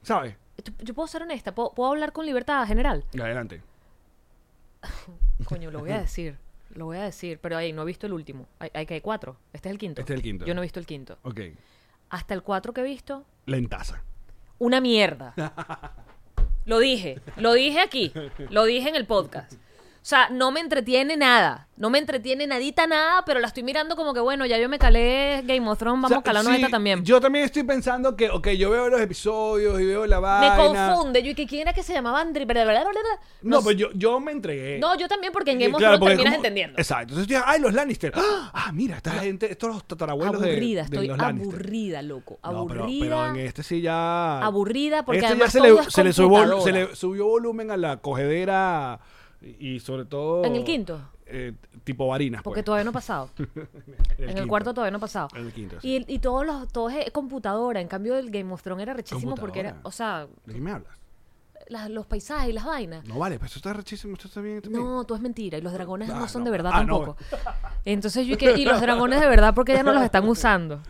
¿Sabes? Yo- Yo puedo ser honesta. ¿Puedo, puedo hablar con libertad general? Adelante. Coño, lo voy a decir. Lo voy a decir. Pero ahí, no he visto el último. Hay, hay que hay cuatro. Este es el quinto. Este es el quinto. Yo no he visto el quinto. Ok. Hasta el cuatro que he visto, Lentaza. una mierda. Lo dije, lo dije aquí, lo dije en el podcast. O sea, no me entretiene nada, no me entretiene nadita nada, pero la estoy mirando como que, bueno, ya yo me calé Game of Thrones, vamos O sea, a calarnos sí, esta también. Yo también estoy pensando que, ok, yo veo los episodios y veo me la vaina. confunde, yo, ¿y que quién era que se llamaba Andri? Bla, bla, bla, bla, bla. No, No, pues yo, yo me entregué. no, yo también, porque en Sí, Game of claro, Thrones porque terminas como- entendiendo. Exacto. Entonces, ya, ay, los Lannister. Ah, mira, esta gente, estos los tatarabuelos de- Aburrida, de, estoy los Lannister. aburrida, loco, No, pero- aburrida. pero, en este sí ya. Aburrida, porque Este además ya se, todo le, es se le subió, computadora. se le subió volumen a la cogedera y, y sobre todo. ¿En el quinto? eh, tipo varinas. Porque pues. todavía no ha pasado. en el quinto. cuarto todavía no ha pasado. En el quinto, Y, sí. el- y todos los, todos es computadora. En cambio, el Game of Thrones era rechísimo porque era, Computadora. o sea, ¿De qué me hablas? las- los paisajes y las vainas. No vale, pero esto está rechísimo, esto está bien. también. No, todo es mentira. Y los dragones Ah, no son no. de verdad Ah, no. tampoco. Entonces yo que, y los dragones de verdad, porque ya no los están usando.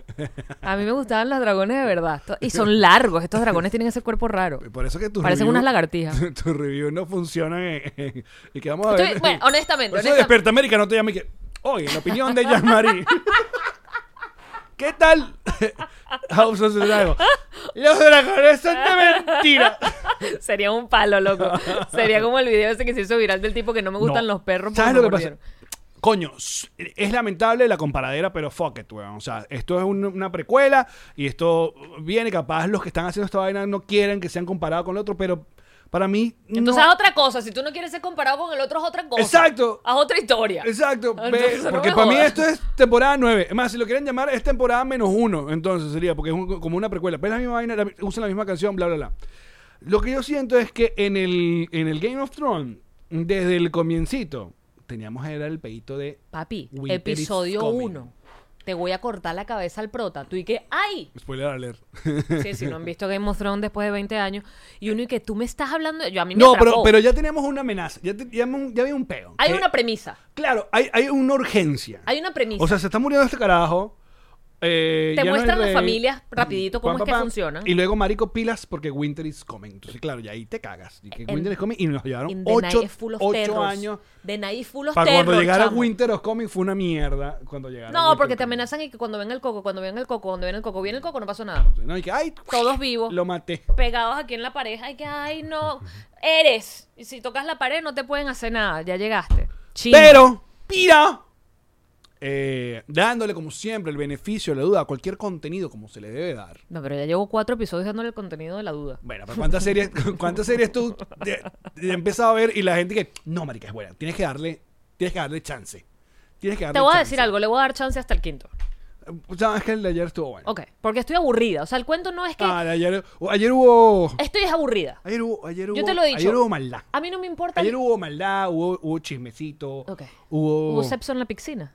A mí me gustaban los dragones de verdad. To- Y son largos. Estos dragones tienen ese cuerpo raro. Por eso que tus Parecen reviews- unas lagartijas. Tus reviews no funcionan. en- en- y que vamos a Estoy- ver. bueno, honestamente, Por eso honesta- Despierta América no te llama y que. Oye, la opinión de Jean Marie. ¿Qué tal? House of the Dragon. Los dragones son de mentira. Sería un palo, loco. Sería como el video ese que se hizo viral del tipo que no me gustan No. los perros. porque ¿Sabes me lo que pasa? mordieron. Coño, s- es lamentable la comparadera, pero fuck it, weón. O sea, esto es un- una precuela y esto viene capaz. Los que están haciendo esta vaina no quieren que sean comparados con el otro, pero para mí. Entonces no. haz otra cosa. Si tú no quieres ser comparado con el otro, haz otra cosa. Exacto. Haz otra historia. Exacto, ve, Entonces, no porque me para mí jodas. esto es temporada 9. Es más, si lo quieren llamar, es temporada menos 1. Entonces sería, porque es un- como una precuela. Pero es la misma vaina, la- usan la misma canción, bla, bla, bla. Lo que yo siento es que en el, en el Game of Thrones, desde el comiencito, teníamos era el peito de... Papi, Winter is episodio coming. 1. Te voy a cortar la cabeza al prota. Tú y que, ¡ay! Spoiler alert. Sí, sí, no han visto Game of Thrones después de 20 años. Y uno y que tú me estás hablando. de- Yo a mí me no, pero, atrapó. pero ya teníamos una amenaza. Ya, te- ya un- ya había un peo. Hay Eh, una premisa. Claro, hay, hay una urgencia. Hay una premisa. O sea, se está muriendo este carajo. eh, Te ya no es muestran las rey. familias rapidito cómo Pam, es que pam, pam. funcionan. Y luego marico pilas porque Winter is coming. Entonces, claro, ya ahí te cagas. Y que En- Winter is coming y nos llevaron In The ocho, Night es full of ocho terrors. años. The Night is full of Para cuando terrors, llegara chamo. Winter is coming fue una mierda cuando llegara. No, Winter porque is te Coming. amenazan y que cuando ven el coco, cuando ven el coco, cuando ven el coco, viene el coco, no pasó nada. No, y que, ay, Todos vivos. lo maté. Pegados aquí en la pareja ay que, ay, no, eres. Y si tocas la pared no te pueden hacer nada, ya llegaste. Chinga. Pero, pira, eh, dándole como siempre el beneficio de la duda a cualquier contenido como se le debe dar. No, pero ya llevo cuatro episodios dándole el contenido de la duda. Bueno, pero ¿cuántas series, cuántas series tú te- te has empezado a ver y la gente que, no, marica, es buena, tienes que darle, tienes que darle chance. Tienes que darle Te voy a chance". decir algo, le voy a dar chance hasta el quinto. Sabes que el de ayer estuvo bueno. Ok, porque estoy aburrida. O sea, el cuento no es que Ah, el de ayer, ayer hubo... estoy es aburrida. Ayer hubo, ayer hubo, Yo te lo he dicho. Ah, ayer hubo maldad. A mí no me importa. Ayer hubo maldad, hubo, hubo chismecito, Ok. hubo... Hubo sexo en la piscina.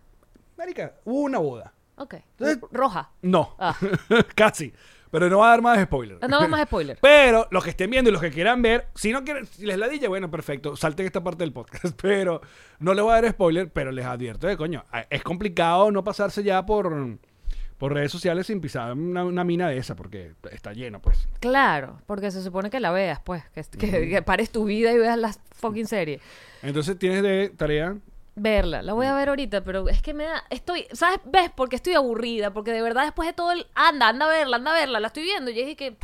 Marica, hubo una boda. Ok. Eh. Roja. No, Ah. casi. Pero no va a dar más spoiler. No va más spoiler. Pero los que estén viendo y los que quieran ver, si no quieren, si les ladilla, bueno, perfecto, salten esta parte del podcast. Pero no les voy a dar spoiler, pero les advierto de coño, a- es complicado no pasarse ya por, por redes sociales sin pisar una, una mina de esa, porque está lleno, pues. Claro, porque se supone que la veas, pues. Que, que- que pares tu vida y veas las fucking series. Entonces tienes de tarea. Verla, la voy a ver ahorita, pero es que me da. Estoy. ¿Sabes? ¿Ves? Porque estoy aburrida. Porque de verdad, después de todo el. Anda, anda a verla, anda a verla. La estoy viendo. Y yo dije que.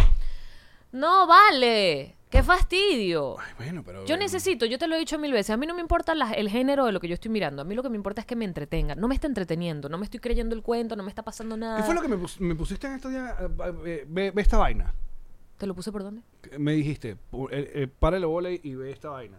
No, vale. Qué fastidio. Ay, bueno, pero. Yo necesito, yo te lo he dicho mil veces, a mí no me importa las- el género de lo que yo estoy mirando, a mí lo que me importa es que me entretenga, no me está entreteniendo, no me estoy creyendo el cuento, no me está pasando nada. ¿Qué fue lo que me, pus- me pusiste en estos días? Eh, eh, Ve, ve esta vaina. ¿Te lo puse por dónde? Me dijiste, pu- eh, eh, párale bola y ve esta vaina.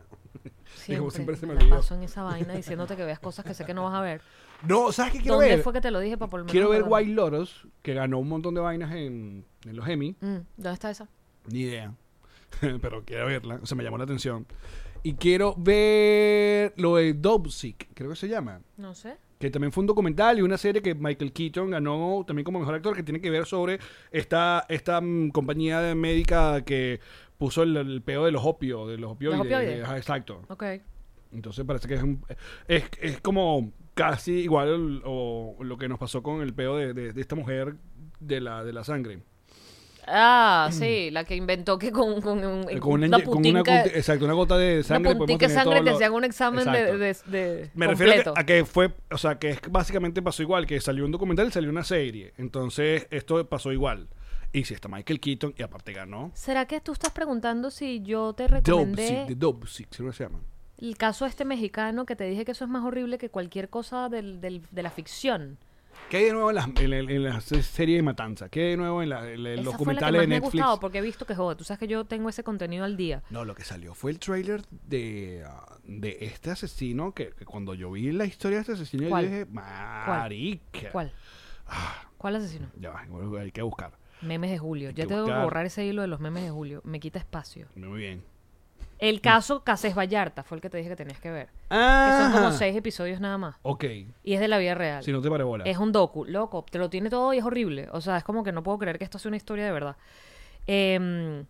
Y como siempre se me la olvidó. paso en esa vaina diciéndote que veas cosas que sé que no vas a ver. No, ¿sabes qué quiero ¿Dónde ver? fue que te lo dije para por lo menos Quiero ver acordarme? White Lotus, que ganó un montón de vainas en, en los Emmy. Mm, ¿Dónde está esa? Ni idea. Pero quiero verla. O sea, me llamó la atención. Y quiero ver lo de Dopesick, creo que se llama. No sé. Que también fue un documental y una serie que Michael Keaton ganó también como mejor actor, que tiene que ver sobre esta, esta mm, compañía de médica que puso el, el peo de los opios, de los opioides. opioides. Ajá, exacto. Ok. Entonces parece que es, un- es, es como casi igual el- o lo que nos pasó con el peo de, de- de esta mujer de la, de la sangre. Ah, sí, la que inventó que con, con, un- Eh, con una, una inye- con una putinca- gota- exacto, una gota de una sangre. podemos puntica de tener sangre todo te lo- hacían un examen de, Exacto. de- de- Me refiero completo. a que, a que fue, o sea, que es, básicamente pasó igual, que salió un documental y salió una serie. Entonces, esto pasó igual. Y si está Michael Keaton, y aparte ganó. ¿Será que tú estás preguntando si yo te Dopesick, recomendé de Dopesick, ¿sí lo que se llama? El caso este mexicano que te dije que eso es más horrible que cualquier cosa del- del- de la ficción. ¿Qué hay de nuevo en las- en la, en la serie de Matanza? ¿Qué hay de nuevo en, la- en la- en los Esa fue la que documentales más de me ha Netflix? gustado porque he visto que joda. Tú sabes que yo tengo ese contenido al día. No, lo que salió fue el trailer de, ah, de este asesino que, que cuando yo vi la historia de este asesino ¿Cuál? yo dije, marica. ¿Cuál? ¿Cuál asesino? Ya va, bueno, hay que buscar. Memes de Julio. Hay Ya Ah. que te debo buscar. borrar ese hilo de los memes de Julio. Me quita espacio. Muy bien. El caso Cases Vallarta fue el que te dije que tenías que ver. Que son como Ah, seis episodios nada más. ok. Y es de la vida real. Si no te pare bola. Es un docu, loco. Te lo tiene todo y es horrible. O sea, es como que no puedo creer que esto sea una historia de verdad. Em,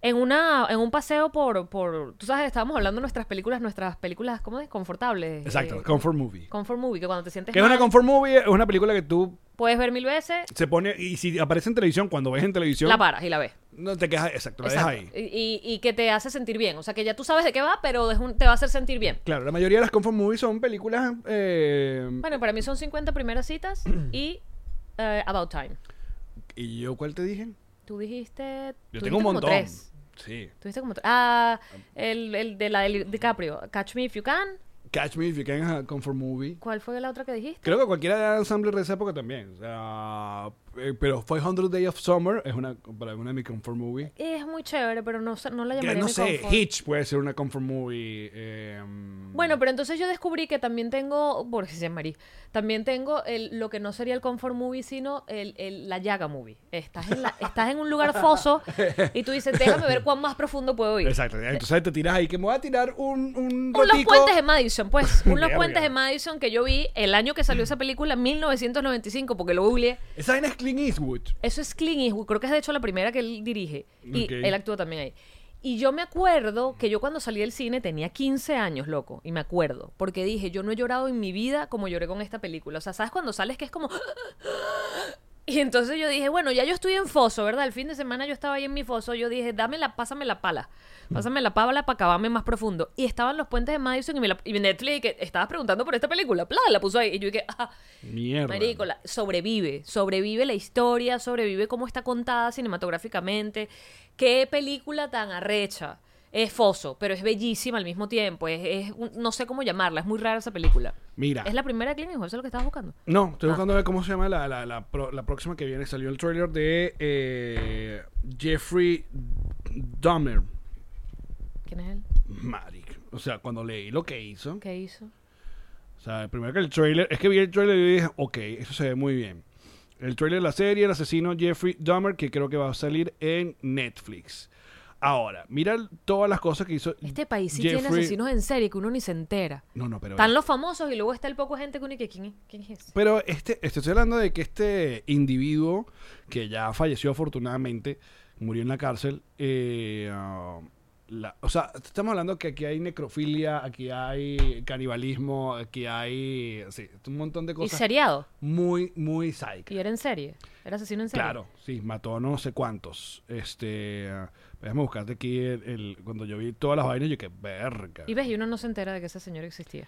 en, una, en un paseo por, por. Tú sabes, estábamos hablando de nuestras películas, nuestras películas, ¿cómo es? Confortables. Exacto, eh, comfort movie. comfort movie, que cuando te sientes. Que es una mal, comfort movie, es una película que tú Puedes ver mil veces, se pone y si aparece en televisión, cuando ves en televisión, la paras y la ves. no te quejas, exacto, la Exacto. dejas ahí. Y, y- y que te hace sentir bien. O sea, que ya tú sabes de qué va, pero es un- te va a hacer sentir bien. Claro, la mayoría de las comfort movies son películas eh, Bueno, para mí son 50 primeras citas y eh, About Time. y yo cuál te dije? Tú dijiste. Yo tú tengo dijiste un como montón. tres. Sí. Tuviste como. Ah, el, el de la de DiCaprio. Catch Me If You Can. Catch Me If You Can es a comfort movie. ¿Cuál fue la otra que dijiste? Creo que cualquiera de Adam Sandler de esa época también. O sea, eh, pero 500 Days of Summer es una, para mí una de mis comfort movie. Es muy chévere, pero no, sé- no la Que llamaré no mi sé, confort. Hitch puede ser una comfort movie. eh, mm, Bueno, pero entonces yo descubrí que también tengo, por si se marí, también tengo el, lo que no sería el comfort movie, sino el, el- la llaga movie. Estás en, la- estás en un lugar foso y tú dices, déjame ver cuán más profundo puedo ir. Exacto, entonces te tiras ahí que me voy a tirar un un Un Los ratico. Puentes de Madison, pues. Un Los Verga. Puentes de Madison que yo vi el año que salió esa película, 1995, porque lo googleé. Esa vaina es Clint Eastwood. Eso es Clint Eastwood, creo que es de hecho la primera que él dirige. Y Ok. él actúa también ahí. Y yo me acuerdo que yo cuando salí del cine tenía 15 años, loco. Y me acuerdo. Porque dije, yo no he llorado en mi vida como lloré con esta película. O sea, ¿sabes cuando sales que es como... Y entonces yo dije, bueno, ya yo estoy en foso, ¿verdad? El fin de semana yo estaba ahí en mi foso. Yo dije, dame la, pásame la pala. Pásame la pala para acabarme más profundo. Y estaban los puentes de Madison y, me la, y Netflix, que estabas preguntando por esta película. Pla, la puso ahí. Y yo dije, ah, Mierda. marico, la- sobrevive. Sobrevive la historia, sobrevive cómo está contada cinematográficamente. Qué película tan arrecha. Es foso, pero es bellísima al mismo tiempo. Es, es un- no sé cómo llamarla, es muy rara esa película. Mira. Es la Ah. primera de Clint Eastwood, eso es lo que estabas buscando. No, estoy buscando ver cómo se llama la, la, la, pro- la próxima que viene. Salió el trailer de eh, Jeffrey Dahmer. ¿Quién es él? Maric. O sea, cuando leí lo que hizo. ¿Qué hizo? O sea, primero que el trailer, es que vi el trailer y dije, ok, eso se ve muy bien. El trailer de la serie, el asesino Jeffrey Dahmer, que creo que va a salir en Netflix. Ahora, mira l- todas las cosas que hizo. Este país sí tiene Jeffrey- asesinos en serie que uno ni se entera. No, no, pero. Están los famosos y luego está el poco gente que uno y que ¿quién es? ¿Quién es ese? Pero este, este- estoy hablando de que este individuo, que ya falleció afortunadamente, murió en la cárcel. eh, ah, la- o sea, estamos hablando que aquí hay necrofilia, aquí hay canibalismo, aquí hay. Sí, un montón de Y cosas. seriado. Muy, muy psycho. Y era en serie. Era asesino en serie. Claro, sí, mató a no sé cuántos. Este, ah, déjame buscarte aquí el, el- cuando yo vi todas las vainas, yo que verga. Y ves, y uno no se entera de que ese señor existía.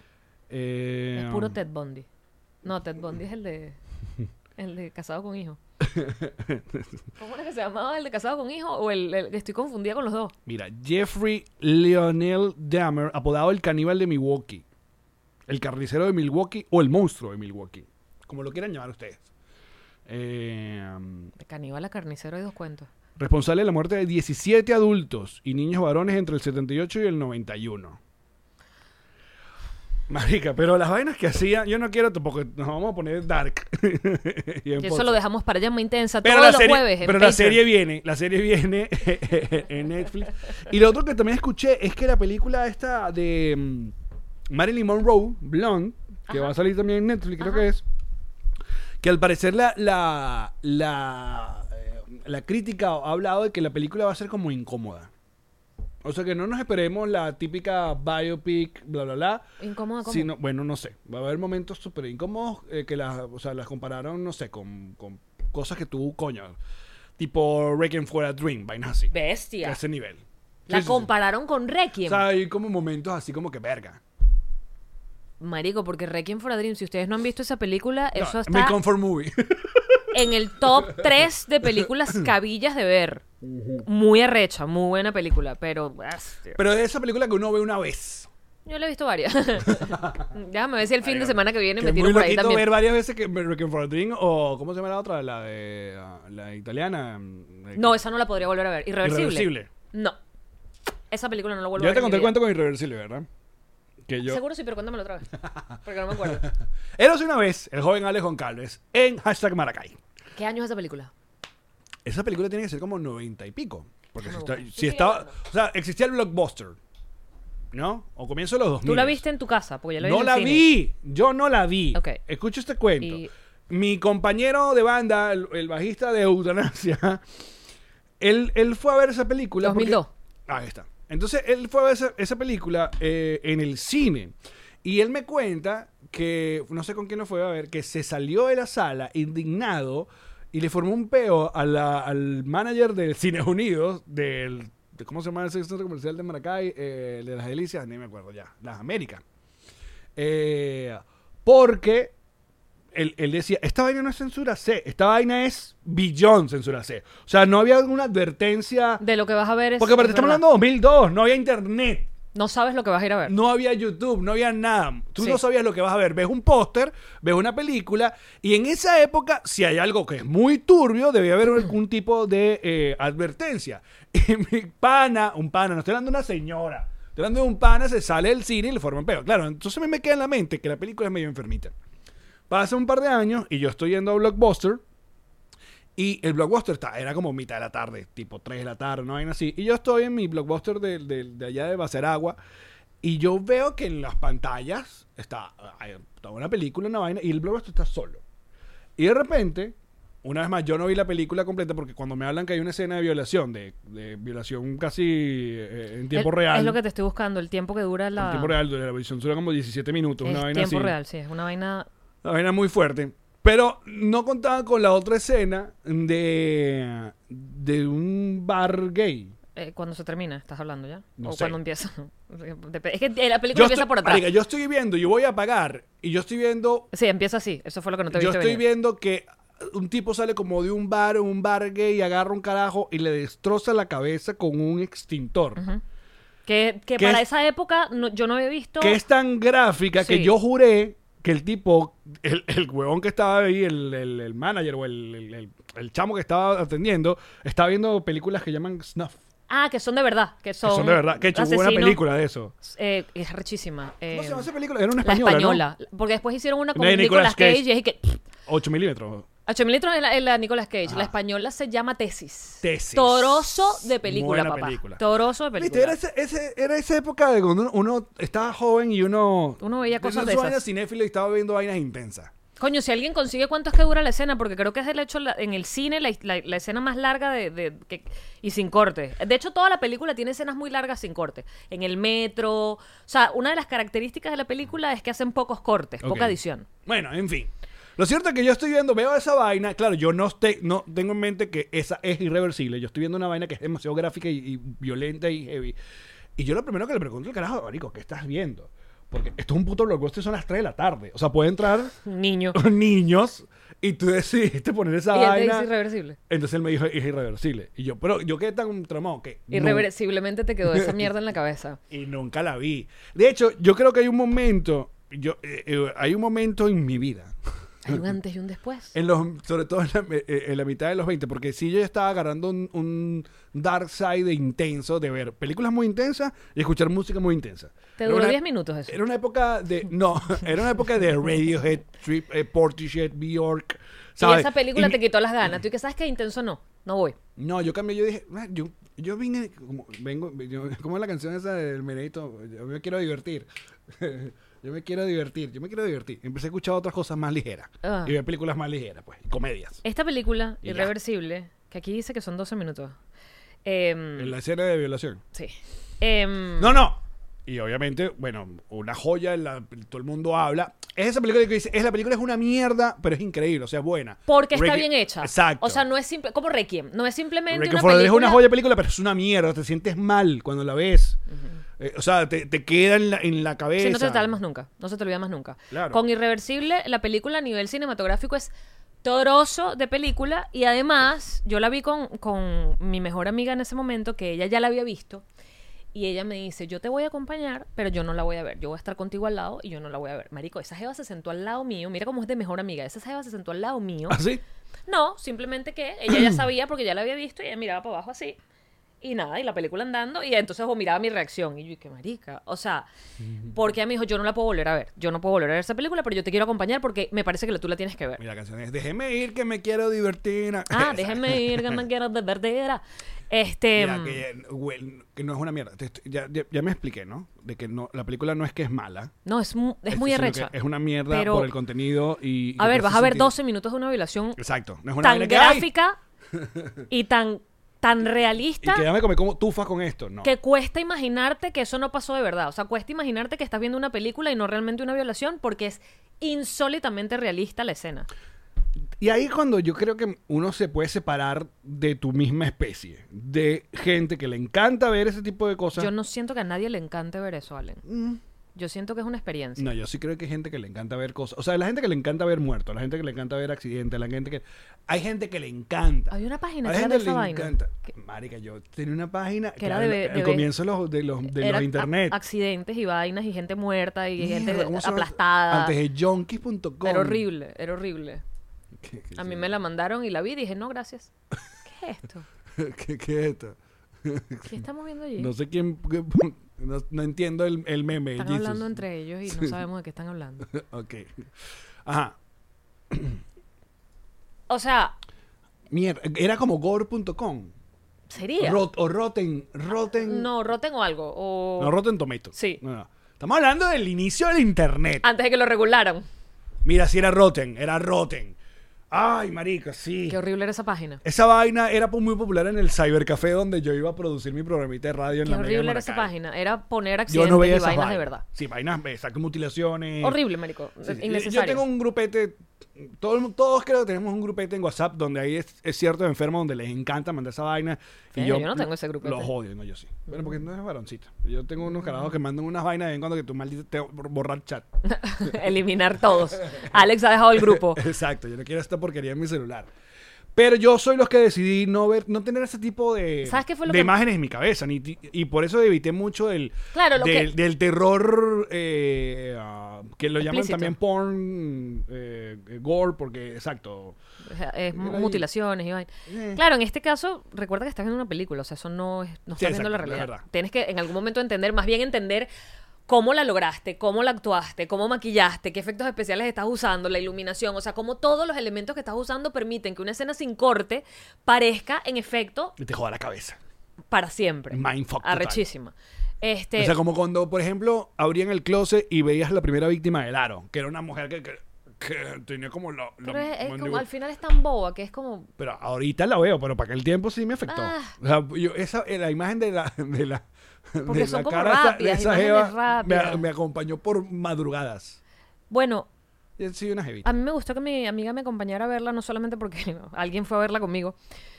Eh, Es puro Ted Bundy. No, Ted Bundy es el de. El de casado con hijo. ¿Cómo era que se llamaba el de casado con hijo? O el. el- estoy confundida con los dos. Mira, Jeffrey Leonel Dahmer, apodado el caníbal de Milwaukee, el carnicero de Milwaukee o el monstruo de Milwaukee, como lo quieran llamar ustedes. Eh, um, De caníbal a carnicero hay dos cuentos. responsable de la muerte de 17 adultos y niños varones entre el 78 y el 91. Marica, pero las vainas que hacía, yo no quiero tampoco, nos vamos a poner dark. Y en Y eso foto. lo dejamos para llama intensa Pero, todos la los serie, jueves. en pero la Patreon. serie viene, la serie viene en Netflix. Y lo otro que también escuché es que la película esta de mm, Marilyn Monroe, Blonde, que va a salir también en Netflix, creo que es, que al parecer la la, la, eh, la crítica ha hablado de que la película va a ser como incómoda. O sea que no nos esperemos la típica biopic, bla, bla, bla. Incómoda, ¿cómo? Sino, bueno, no sé. Va a haber momentos súper incómodos eh, que las, o sea, las compararon, no sé, con, con cosas que tú, coño. Tipo Requiem for a Dream, vainas así. A Bestia. ese nivel. La Sí, sí, sí. compararon con O Requiem. sea, hay como momentos así como que verga. Marico, porque Requiem for a Dream, si ustedes no han visto esa película, No, eso Mi está comfort movie. en el top 3 de películas cabillas de ver. Muy arrecha, muy buena película, pero... bestia. Pero es esa película que uno ve una vez. Yo la he visto varias. Déjame ver si el fin de semana que viene Que me es tiro muy por ahí loquito también. ver varias veces que Requiem for a Dream o... ¿Cómo se llama la otra? La de... ah, La italiana. mm, No, que- esa no la podría volver a ver. Irreversible. Irreversible. No. Esa película no la vuelvo Yo a ver. en te mi conté el vida. cuento con Irreversible, ¿verdad? Que yo... Seguro sí, pero cuéntamelo otra vez. Porque no me acuerdo. Érase una vez el joven Alex Goncalves en hashtag Maracay. ¿Qué año es esa película? Esa película tiene que ser como noventa y pico. Ah, Porque si, está- si sigue estaba. hablando. O sea, existía el blockbuster. ¿No? O comienzo de los 2000. ¿Tú la viste en tu casa? Porque yo la Pues vi no en el la cine. vi. Yo no la vi. Ok. Escucha este cuento. Y- Mi compañero de banda, el, el bajista de Eutanasia, él, él fue a ver esa película. porque- 2002. Ahí está. Entonces él fue a ver esa, esa película eh, en el cine. Y él me cuenta que, no sé con quién lo fue a ver, que se salió de la sala indignado y le formó un peo a la- al manager del Cines Unidos, del. de- ¿Cómo se llama ese centro comercial de Maracay? Eh, el de las Delicias, ni me acuerdo ya. Las Américas. Eh, porque él, él decía, esta vaina no es censura C, esta vaina es billón censura C. O sea, no había alguna advertencia. De lo que vas a ver es... Porque aparte es estamos verdad. hablando de 2002, no había internet, No sabes lo que vas a ir a ver. no había YouTube, no había nada. Tú Sí. no sabías lo que vas a ver. Ves un póster, ves una película y en esa época, si hay algo que es muy turbio, debía haber algún tipo de eh, advertencia. Y mi pana, un pana, no estoy hablando de una señora, estoy hablando de un pana, se sale del cine y le forman peo. Claro, entonces a mí me queda en la mente que la película es medio enfermita. Pasa un par de años y yo estoy yendo a Blockbuster. Y el blockbuster está, era como mitad de la tarde, tipo 3 de la tarde, no vaina así. Y yo estoy en mi blockbuster de, de- de allá de Baceragua. Y yo veo que en las pantallas está, hay- está una película, una vaina, y el blockbuster está solo. Y de repente, una vez más, yo no vi la película completa porque cuando me hablan que hay una escena de violación, de, de violación casi eh, en tiempo El- real. Es lo que te estoy buscando, el tiempo que dura la... En tiempo real, la visión dura como 17 minutos, es una vaina tiempo así. real, sí, es una vaina... Una vaina muy fuerte. Pero no contaba con la otra escena de, de un bar gay. Eh, cuando se termina, estás hablando ya. No o sé. cuando empieza. Dep- es que eh, la película empieza estoy, por atrás. marica, yo estoy viendo, yo voy a pagar y yo estoy viendo, Sí, empieza así. Eso fue lo que no te yo viste estoy venir. viendo que un tipo sale como de un bar, un bar gay, agarra un carajo y le destroza la cabeza con un extintor. Que, que ¿Qué para es? esa época no- yo no había visto. Que es tan gráfica que Sí. yo juré que el tipo, el, el huevón que estaba ahí, el, el- el manager o el, el- el- el chamo que estaba atendiendo, estaba viendo películas que llaman snuff. Ah, que son de verdad. Que Que son. son de verdad. Que he hecho hubo una asesinos. película de eso. Eh, es rechísima. Eh, ¿Cómo se llama esa película? Era una la española, española. Porque después hicieron una con De Nicolas Nicolas Cage. Cage. y es que. ¿no? 8 milímetros. 8 mililitros es la, es la Nicolas Cage. La española se llama Tesis. Ah. Tesis. Toroso de película, Buena papá. película. Toroso de película. Viste, era, ese- ese- era esa época de cuando uno, uno estaba joven y uno... Uno veía cosas uno de hizo esas. vainas cinéfilo y estaba viendo vainas intensas. Coño, si alguien consigue cuánto es que dura la escena, porque creo que es el hecho la- en el cine la, la- la escena más larga de, de- que- y sin corte. De hecho, toda la película tiene escenas muy largas sin corte. En el metro. O sea, una de las características de la película es que hacen pocos cortes, Ok. poca edición. Bueno, en fin. Lo cierto es que yo estoy viendo, veo esa vaina, claro, yo no, te- no tengo en mente que esa es irreversible, yo estoy viendo una vaina que es demasiado gráfica y, y violenta y heavy. Y yo lo primero que le pregunto al carajo, marico, ¿qué estás viendo? Porque esto es un puto blockbuster, son las 3 de la tarde. O sea, puede entrar Niño. niños y tú decidiste poner esa y él te dice vaina. irreversible. Entonces él me dijo, es irreversible. Y yo, pero yo quedé tan traumado que... nu- Irreversiblemente te quedó esa mierda en la cabeza. y nunca la vi. De hecho, yo creo que hay un momento, yo, eh, eh, hay un momento en mi vida, Hay un antes y un después. en los, sobre todo en la, eh, eh, en la mitad de los 20, porque sí yo ya estaba agarrando un, un dark side de intenso, de ver películas muy intensas y escuchar música muy intensa. Te Era duró una- 10 minutos eso. Era una época de, no, era una época de Radiohead, Trip, eh, Portishead, Bjork, Y ¿sabes? esa película Y- te quitó las ganas. Tú y que sabes que intenso no. No voy. No, yo cambié, yo dije, "Ah, yo, yo vine, como, vengo, yo- ¿cómo es la canción esa del Menedito? Yo me quiero divertir. yo me quiero divertir, yo me quiero divertir. Empecé a escuchar otras cosas más ligeras. Ah. Y ver películas más ligeras, pues, y comedias. Esta película, Y ya. Irreversible, que aquí dice que son 12 minutos. em, En la escena de violación. Sí. Em, No, no. Y obviamente, bueno, una joya, la- todo el mundo habla. Es esa película que dice, es la película es una mierda, pero es increíble, o sea, es buena. Porque está Ricky- bien hecha. Exacto. O sea, no es simple, como Requiem. No es simplemente Ricky una Ford película. es una joya de película, pero es una mierda, te sientes mal cuando la ves. Eh, o sea, te, te queda en la, en la cabeza. Sí, no se te olvida más nunca. No se te olvida más nunca. Claro. Con Irreversible, la película a nivel cinematográfico es toroso de película. Y además, yo la vi con, con mi mejor amiga en ese momento, que ella ya la había visto. Y ella me dice, yo te voy a acompañar, pero yo no la voy a ver. Yo voy a estar contigo al lado y yo no la voy a ver. Marico, esa jeva se sentó al lado mío. Mira cómo es de mejor amiga. Esa jeva se sentó al lado mío. ¿Ah, sí? No, simplemente que ella ya sabía porque ya la había visto y ella miraba para abajo así. Y nada, y la película andando, y entonces o miraba mi reacción. Y yo, qué marica. O sea, porque ella me dijo, yo no la puedo volver a ver. Yo no puedo volver a ver esa película, pero yo te quiero acompañar porque me parece que la- tú la tienes que ver. Mira, la canción es Déjeme ir que me quiero divertir. Ah, déjenme ir, que me quiero de verdadera. Este. Mira, que, eh, güey, que no es una mierda. Te estoy- Ya, ya- ya me expliqué, ¿no? De que no, la película no es que es mala. No, es, mu- es muy sino que arrecha. Es una mierda Pero- por el contenido y... y A que ver, te vas hace a ver sentir- 12 minutos de una violación Exacto. No es una tan vaina que, ¡ay! gráfica y tan, tan realista. Y que ya me comí como tufas con esto. No. que cuesta imaginarte que eso no pasó de verdad. O sea, cuesta imaginarte que estás viendo una película y no realmente una violación porque es insólitamente realista la escena. Y ahí es cuando yo creo que uno se puede separar de tu misma especie. De gente que le encanta ver ese tipo de cosas. Mm. yo no siento que a nadie le encante ver eso, Allen. Yo siento que es una experiencia. No, yo sí creo que hay gente que le encanta ver cosas. O sea, la gente que le encanta ver muertos, la gente que le encanta ver accidentes, la gente que. Hay gente que le encanta. Había una página Hay que era gente de esa le vaina. encanta. Que- Marica, yo tenía una página. Que era claro, de- al de- comienzo de los, de los, de Era los a- internet. accidentes y vainas y gente muerta y Mierda, ¿cómo gente se llama? aplastada. Antes de junkies.com. Era horrible, era horrible. ¿Qué- qué- A mí me la mandaron y la vi y dije, no, gracias. ¿Qué es esto? ¿Qué, qué es esto? ¿Qué estamos viendo allí? No sé quién. No, no entiendo el, el meme. Están Jesus. hablando entre ellos y no sabemos de qué están hablando. Ok. Ajá. O sea, Mierda. Era como gore.com. sería. Rot- o Rotten. Rotten. No, roten o algo. O... Mm. No, Rotten Tomatoes. Sí. Ah. No, no. Estamos hablando del inicio del internet. Antes de que lo regularan. Mira, si era Rotten, era Rotten. Ay, marica, sí. Qué horrible era esa página. Esa vaina era po- muy popular en el Cybercafé donde yo iba a producir mi programita de radio en Qué la Mega de horrible era esa Maracay. página. Era poner Yo accidentes no veía y esas vainas de vainas. verdad. Sí, vainas, exacto, mutilaciones. Horrible, marico. Sí, sí. Yo Innecesario. tengo un grupete todo el mu- todos creo que tenemos un grupete en WhatsApp donde hay es, es cierto enfermo donde les encanta mandar esa vaina. Y Fede, yo, yo no tengo ese grupete. Mm. Los odio, no, yo sí. Pero porque no es varoncita. Yo tengo unos carajos que mandan unas vainas de vez en cuando que tú maldito te borrar chat. Eliminar todos. Alex ha dejado el grupo. Exacto, yo no quiero esta porquería en mi celular. Pero yo soy los que decidí no ver, no tener ese tipo de, ¿Sabes qué fue lo de que- imágenes en mi cabeza. ni ti- y por eso evité mucho el, Claro, lo del, que- del terror eh, ah, que lo llaman Explícito. también porn, eh, eh, gore, porque exacto. O sea, es Mira ahí. Eh. mutilaciones y vaina. Claro, en este caso, recuerda que estás viendo una película, o sea, eso no, es, no Sí, estás viendo exacto, la es realidad. verdad. Tienes que en algún momento entender, más bien entender cómo la lograste, cómo la actuaste, cómo maquillaste, qué efectos especiales estás usando, la iluminación, o sea, cómo todos los elementos que estás usando permiten que una escena sin corte parezca, en efecto, Y te joda la cabeza. para siempre. Mindfuck total. Arrechísima. Este, O sea, como cuando, por ejemplo, abrían el closet y veías la primera víctima del aro, que era una mujer que, que- que tenía como lo... lo- pero es- es como- mandíbula. al final es tan boba que es como... Pero ahorita la veo, pero para aquel tiempo sí me afectó. Ah. O sea, yo- esa, eh, la imagen de la, de la, Porque de son la como cara esa- rápidas, de esa imágenes jeva me, a- rápidas. me acompañó por madrugadas. Bueno, Yo soy una jevita. A mí me gustó que mi amiga me acompañara a verla, no solamente porque alguien fue a verla conmigo,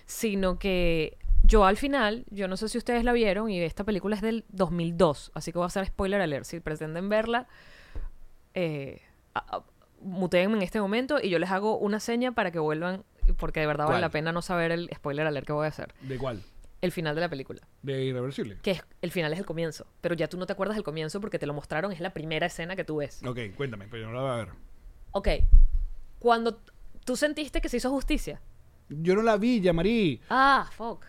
sino que yo al final, yo no sé si ustedes la vieron, y esta película es del 2002, así que voy a hacer spoiler alert. Si pretenden verla, eh, a- a- muteenme en este momento y yo les hago una seña para que vuelvan, porque de verdad vale ¿Cuál? la pena no saber el spoiler alert que voy a hacer. ¿De cuál? El final de la película, De irreversible. que es, el final es el comienzo, pero ya tú no te acuerdas del comienzo porque te lo mostraron, es la primera escena que tú ves. Ok, cuéntame, pero yo no la voy a ver. Ok, cuando t- tú sentiste que se hizo justicia. Yo no la vi, ya Marí. Ah, fuck.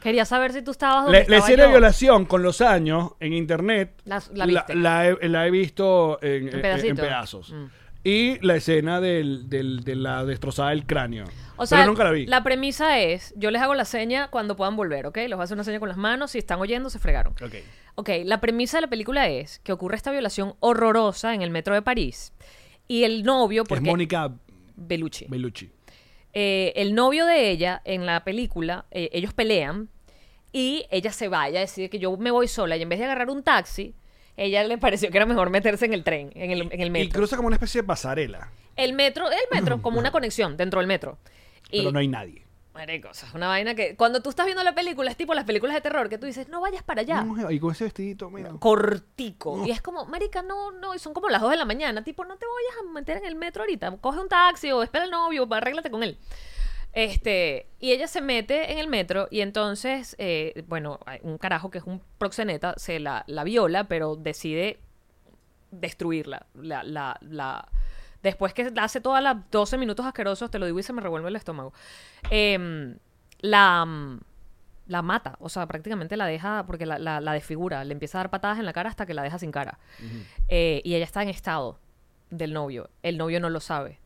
Quería saber si tú estabas donde La, la estaba escena de yo. violación con los años en internet La- la viste. la he, la he visto en, en- en pedacitos. pedazos. Mm. Y la escena del, del- de la destrozada del cráneo. O sea, pero nunca la vi. premisa es, yo les hago la seña cuando puedan volver, ¿ok? Les voy a hacer una seña con las manos, si están oyendo se fregaron. Ok. Ok, la premisa de la película es que ocurre esta violación horrorosa en el metro de París y el novio, Es porque Mónica Bellucci. Bellucci. Eh, el novio de ella en la película, eh, ellos pelean y ella se va, ella decide que yo me voy sola y en vez de agarrar un taxi, ella le pareció que era mejor meterse en el tren, en el, en el metro. Y cruza como una especie de pasarela. El metro, el metro, como una conexión dentro del metro. Y, Pero no hay nadie. marico, o sea, es una vaina que cuando tú estás viendo la película, es tipo las películas de terror, que tú dices, no vayas para allá. No, y con ese vestidito, mira. Cortico. Y es como, marica, no, no. Y son como las 2 de la mañana. Tipo, no te vayas a meter en el metro ahorita. Coge un taxi o espera al novio, arréglate con él. Este, y ella se mete en el metro y entonces, eh, bueno, hay un carajo que es un proxeneta se la, la viola, pero decide destruirla. La, la, la- después que hace todas las 12 minutos asquerosos, te lo digo y se me revuelve el estómago. Em, la, mm, la mata, o sea, prácticamente la deja, porque la, la- la desfigura, le empieza a dar patadas en la cara hasta que la deja sin cara. Eh, y ella está en estado del novio, el novio no lo sabe.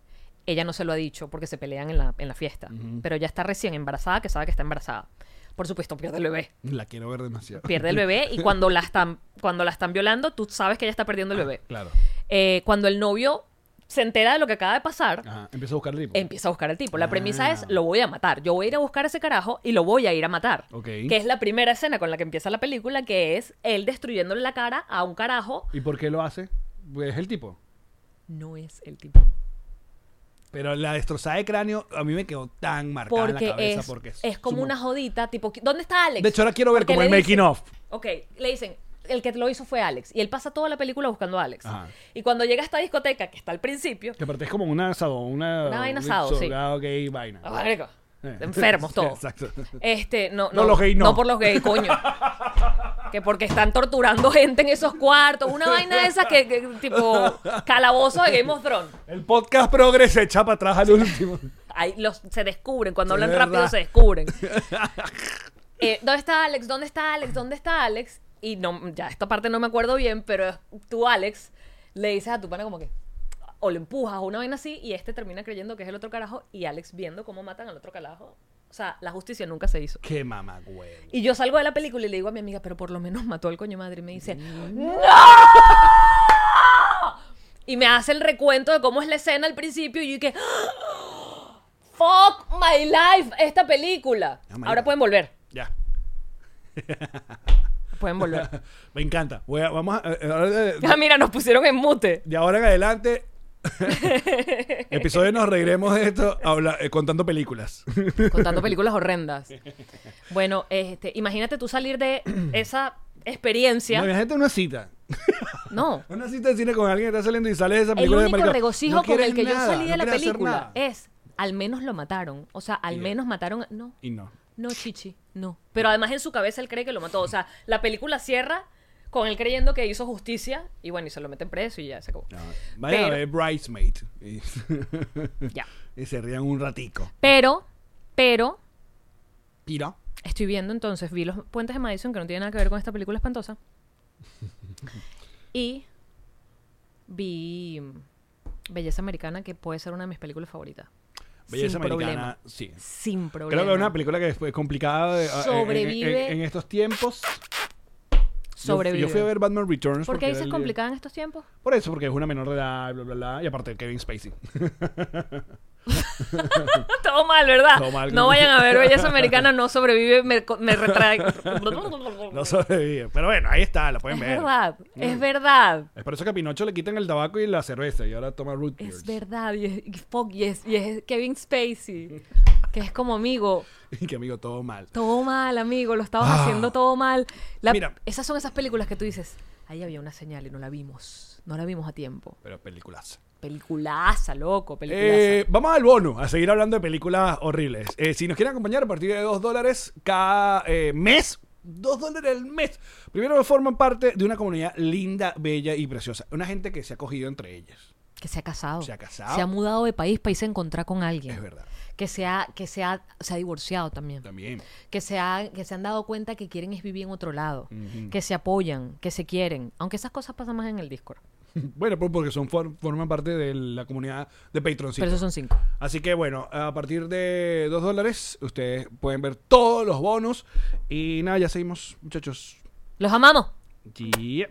Ella no se lo ha dicho porque se pelean en la, en la fiesta, pero ella está recién embarazada, que sabe que está embarazada. Por supuesto, pierde el bebé La quiero ver demasiado. pierde el bebé y cuando la están cuando la están violando tú sabes que ella está perdiendo el bebé Ah, Claro. Eh, cuando el novio se entera de lo que acaba de pasar Ajá. Empieza a buscar el tipo. empieza a buscar al tipo la premisa Ah. es lo voy a matar yo voy a ir a buscar a ese carajo y lo voy a ir a matar Ok. que es la primera escena con la que empieza la película que es él destruyéndole la cara a un carajo ¿Y por qué lo hace? Pues es el tipo. no es el tipo Pero la destrozada de cráneo a mí me quedó tan marcada en porque la cabeza. es, porque es como su- una jodita tipo ¿dónde está Alex? De hecho, ahora quiero ver Porque como le el making dicen- of. Ok, le dicen, el que lo hizo fue Alex. Y él pasa toda la película buscando a Alex. Ajá. Y cuando llega a esta discoteca, que está al principio, Que aparte es como un asado. Una, Una vaina un asado, sí. soldado gay vaina. Ah, marico. Eh. Enfermos todos. Exacto. Este, no, No, no, los gays no. por los gays, coño. que porque están torturando gente en esos cuartos. Una vaina de esas que, que tipo calabozo de Game of Thrones. El podcast progres se echa para atrás al último. Ahí los, se descubren, cuando Es hablan verdad. rápido se descubren. Eh, ¿Dónde está Alex? ¿Dónde está Alex? ¿Dónde está Alex? Y no, ya esta parte no me acuerdo bien, pero tú, Alex, le dices a tu pana como que o le empujas o una vaina así y este termina creyendo que es el otro carajo y Alex viendo cómo matan al otro carajo. O sea, la justicia nunca se hizo. Qué mamagüey. Y yo salgo de la película y le digo a mi amiga, pero por lo menos mató al coño madre. Y me dice, ¡No! Y me hace el recuento de cómo es la escena al principio. Y yo dije, ¡Ah! ¡Fuck my life! Esta película. Oh my Ahora God. pueden volver. Ya. Pueden volver. Me encanta. Voy a- vamos a. eh, ahora de- de- ah, mira, nos pusieron en mute. de ahora en adelante Episodio nos reiremos de esto habla- eh, contando películas. contando películas horrendas. Bueno, este, imagínate tú salir de esa No, experiencia. imagínate una cita. No. Una cita de cine con alguien que está saliendo y sale de esa El película de único marica, regocijo no con el quieres que nada, yo salí de no la quieres hacer película Eh. nada. es al menos lo mataron. O sea, al Y- menos mataron. No, Y no. no, Chichi, no. Pero además en su cabeza él cree que lo mató. O sea, la película cierra con él creyendo que hizo justicia y bueno, y se lo meten preso y ya se acabó. No, Vayan Pero- a ver Bridesmaid. Y, Ya. y se rían un ratico. Pero, pero, Pira. Estoy viendo entonces, vi los puentes de Madison que no tiene nada que ver con esta película espantosa. y vi mm, Belleza Americana, que puede ser una de mis películas favoritas. Belleza Sin americana. problema. Sí. Sin problema. Creo que es una película que es complicada de- a- en- en- Sobrevive. en, en estos tiempos. Yo- Sobrevive. Yo, fui a ver Batman Returns. ¿Por qué porque era dices el- complicada en estos tiempos? Por eso, porque es una menor de edad, bla, bla, bla. Y aparte, Kevin Spacey. Todo mal, ¿verdad? Todo mal. no vayan a ver Belleza Americana, no sobrevive, me, co- me retrae. No sobrevive. Mm. Pero bueno, ahí está, la pueden es ver. verdad, es verdad. Es por eso que a Pinocho le quitan el tabaco y la cerveza. Y ahora toma root Es beers. verdad, y es, y fuck, y es- y es Kevin Spacey, que es como amigo. Y que, amigo, todo mal. Todo mal, amigo, lo estabas Ah. haciendo todo mal. La- Mira. Esas son esas películas que tú dices, ahí había una señal y no la vimos. No la vimos a tiempo. Pero películas. Peliculaza, loco, peliculaza. Eh, vamos al bono, a seguir hablando de películas horribles. Eh, si nos quieren acompañar a partir de 2 dólares cada eh, mes. 2 dólares al mes. Primero forman parte de una comunidad linda, bella y preciosa. Una gente que se ha cogido entre ellas. que se ha casado. se ha casado. Se ha mudado de país para irse a encontrar con alguien. Es verdad. Que se ha, que se ha, se ha divorciado también. También. Que, se ha- que se han dado cuenta que quieren es vivir en otro lado. Que se apoyan, que se quieren. Aunque esas cosas pasan más en el Discord. Bueno, pues porque son for- forman parte de la comunidad de Pero Patreoncito. esos son cinco. Así que bueno, a partir de 2 dólares ustedes pueden ver todos los bonos. Y nada, ya seguimos, muchachos. ¡Los amamos! Yeah.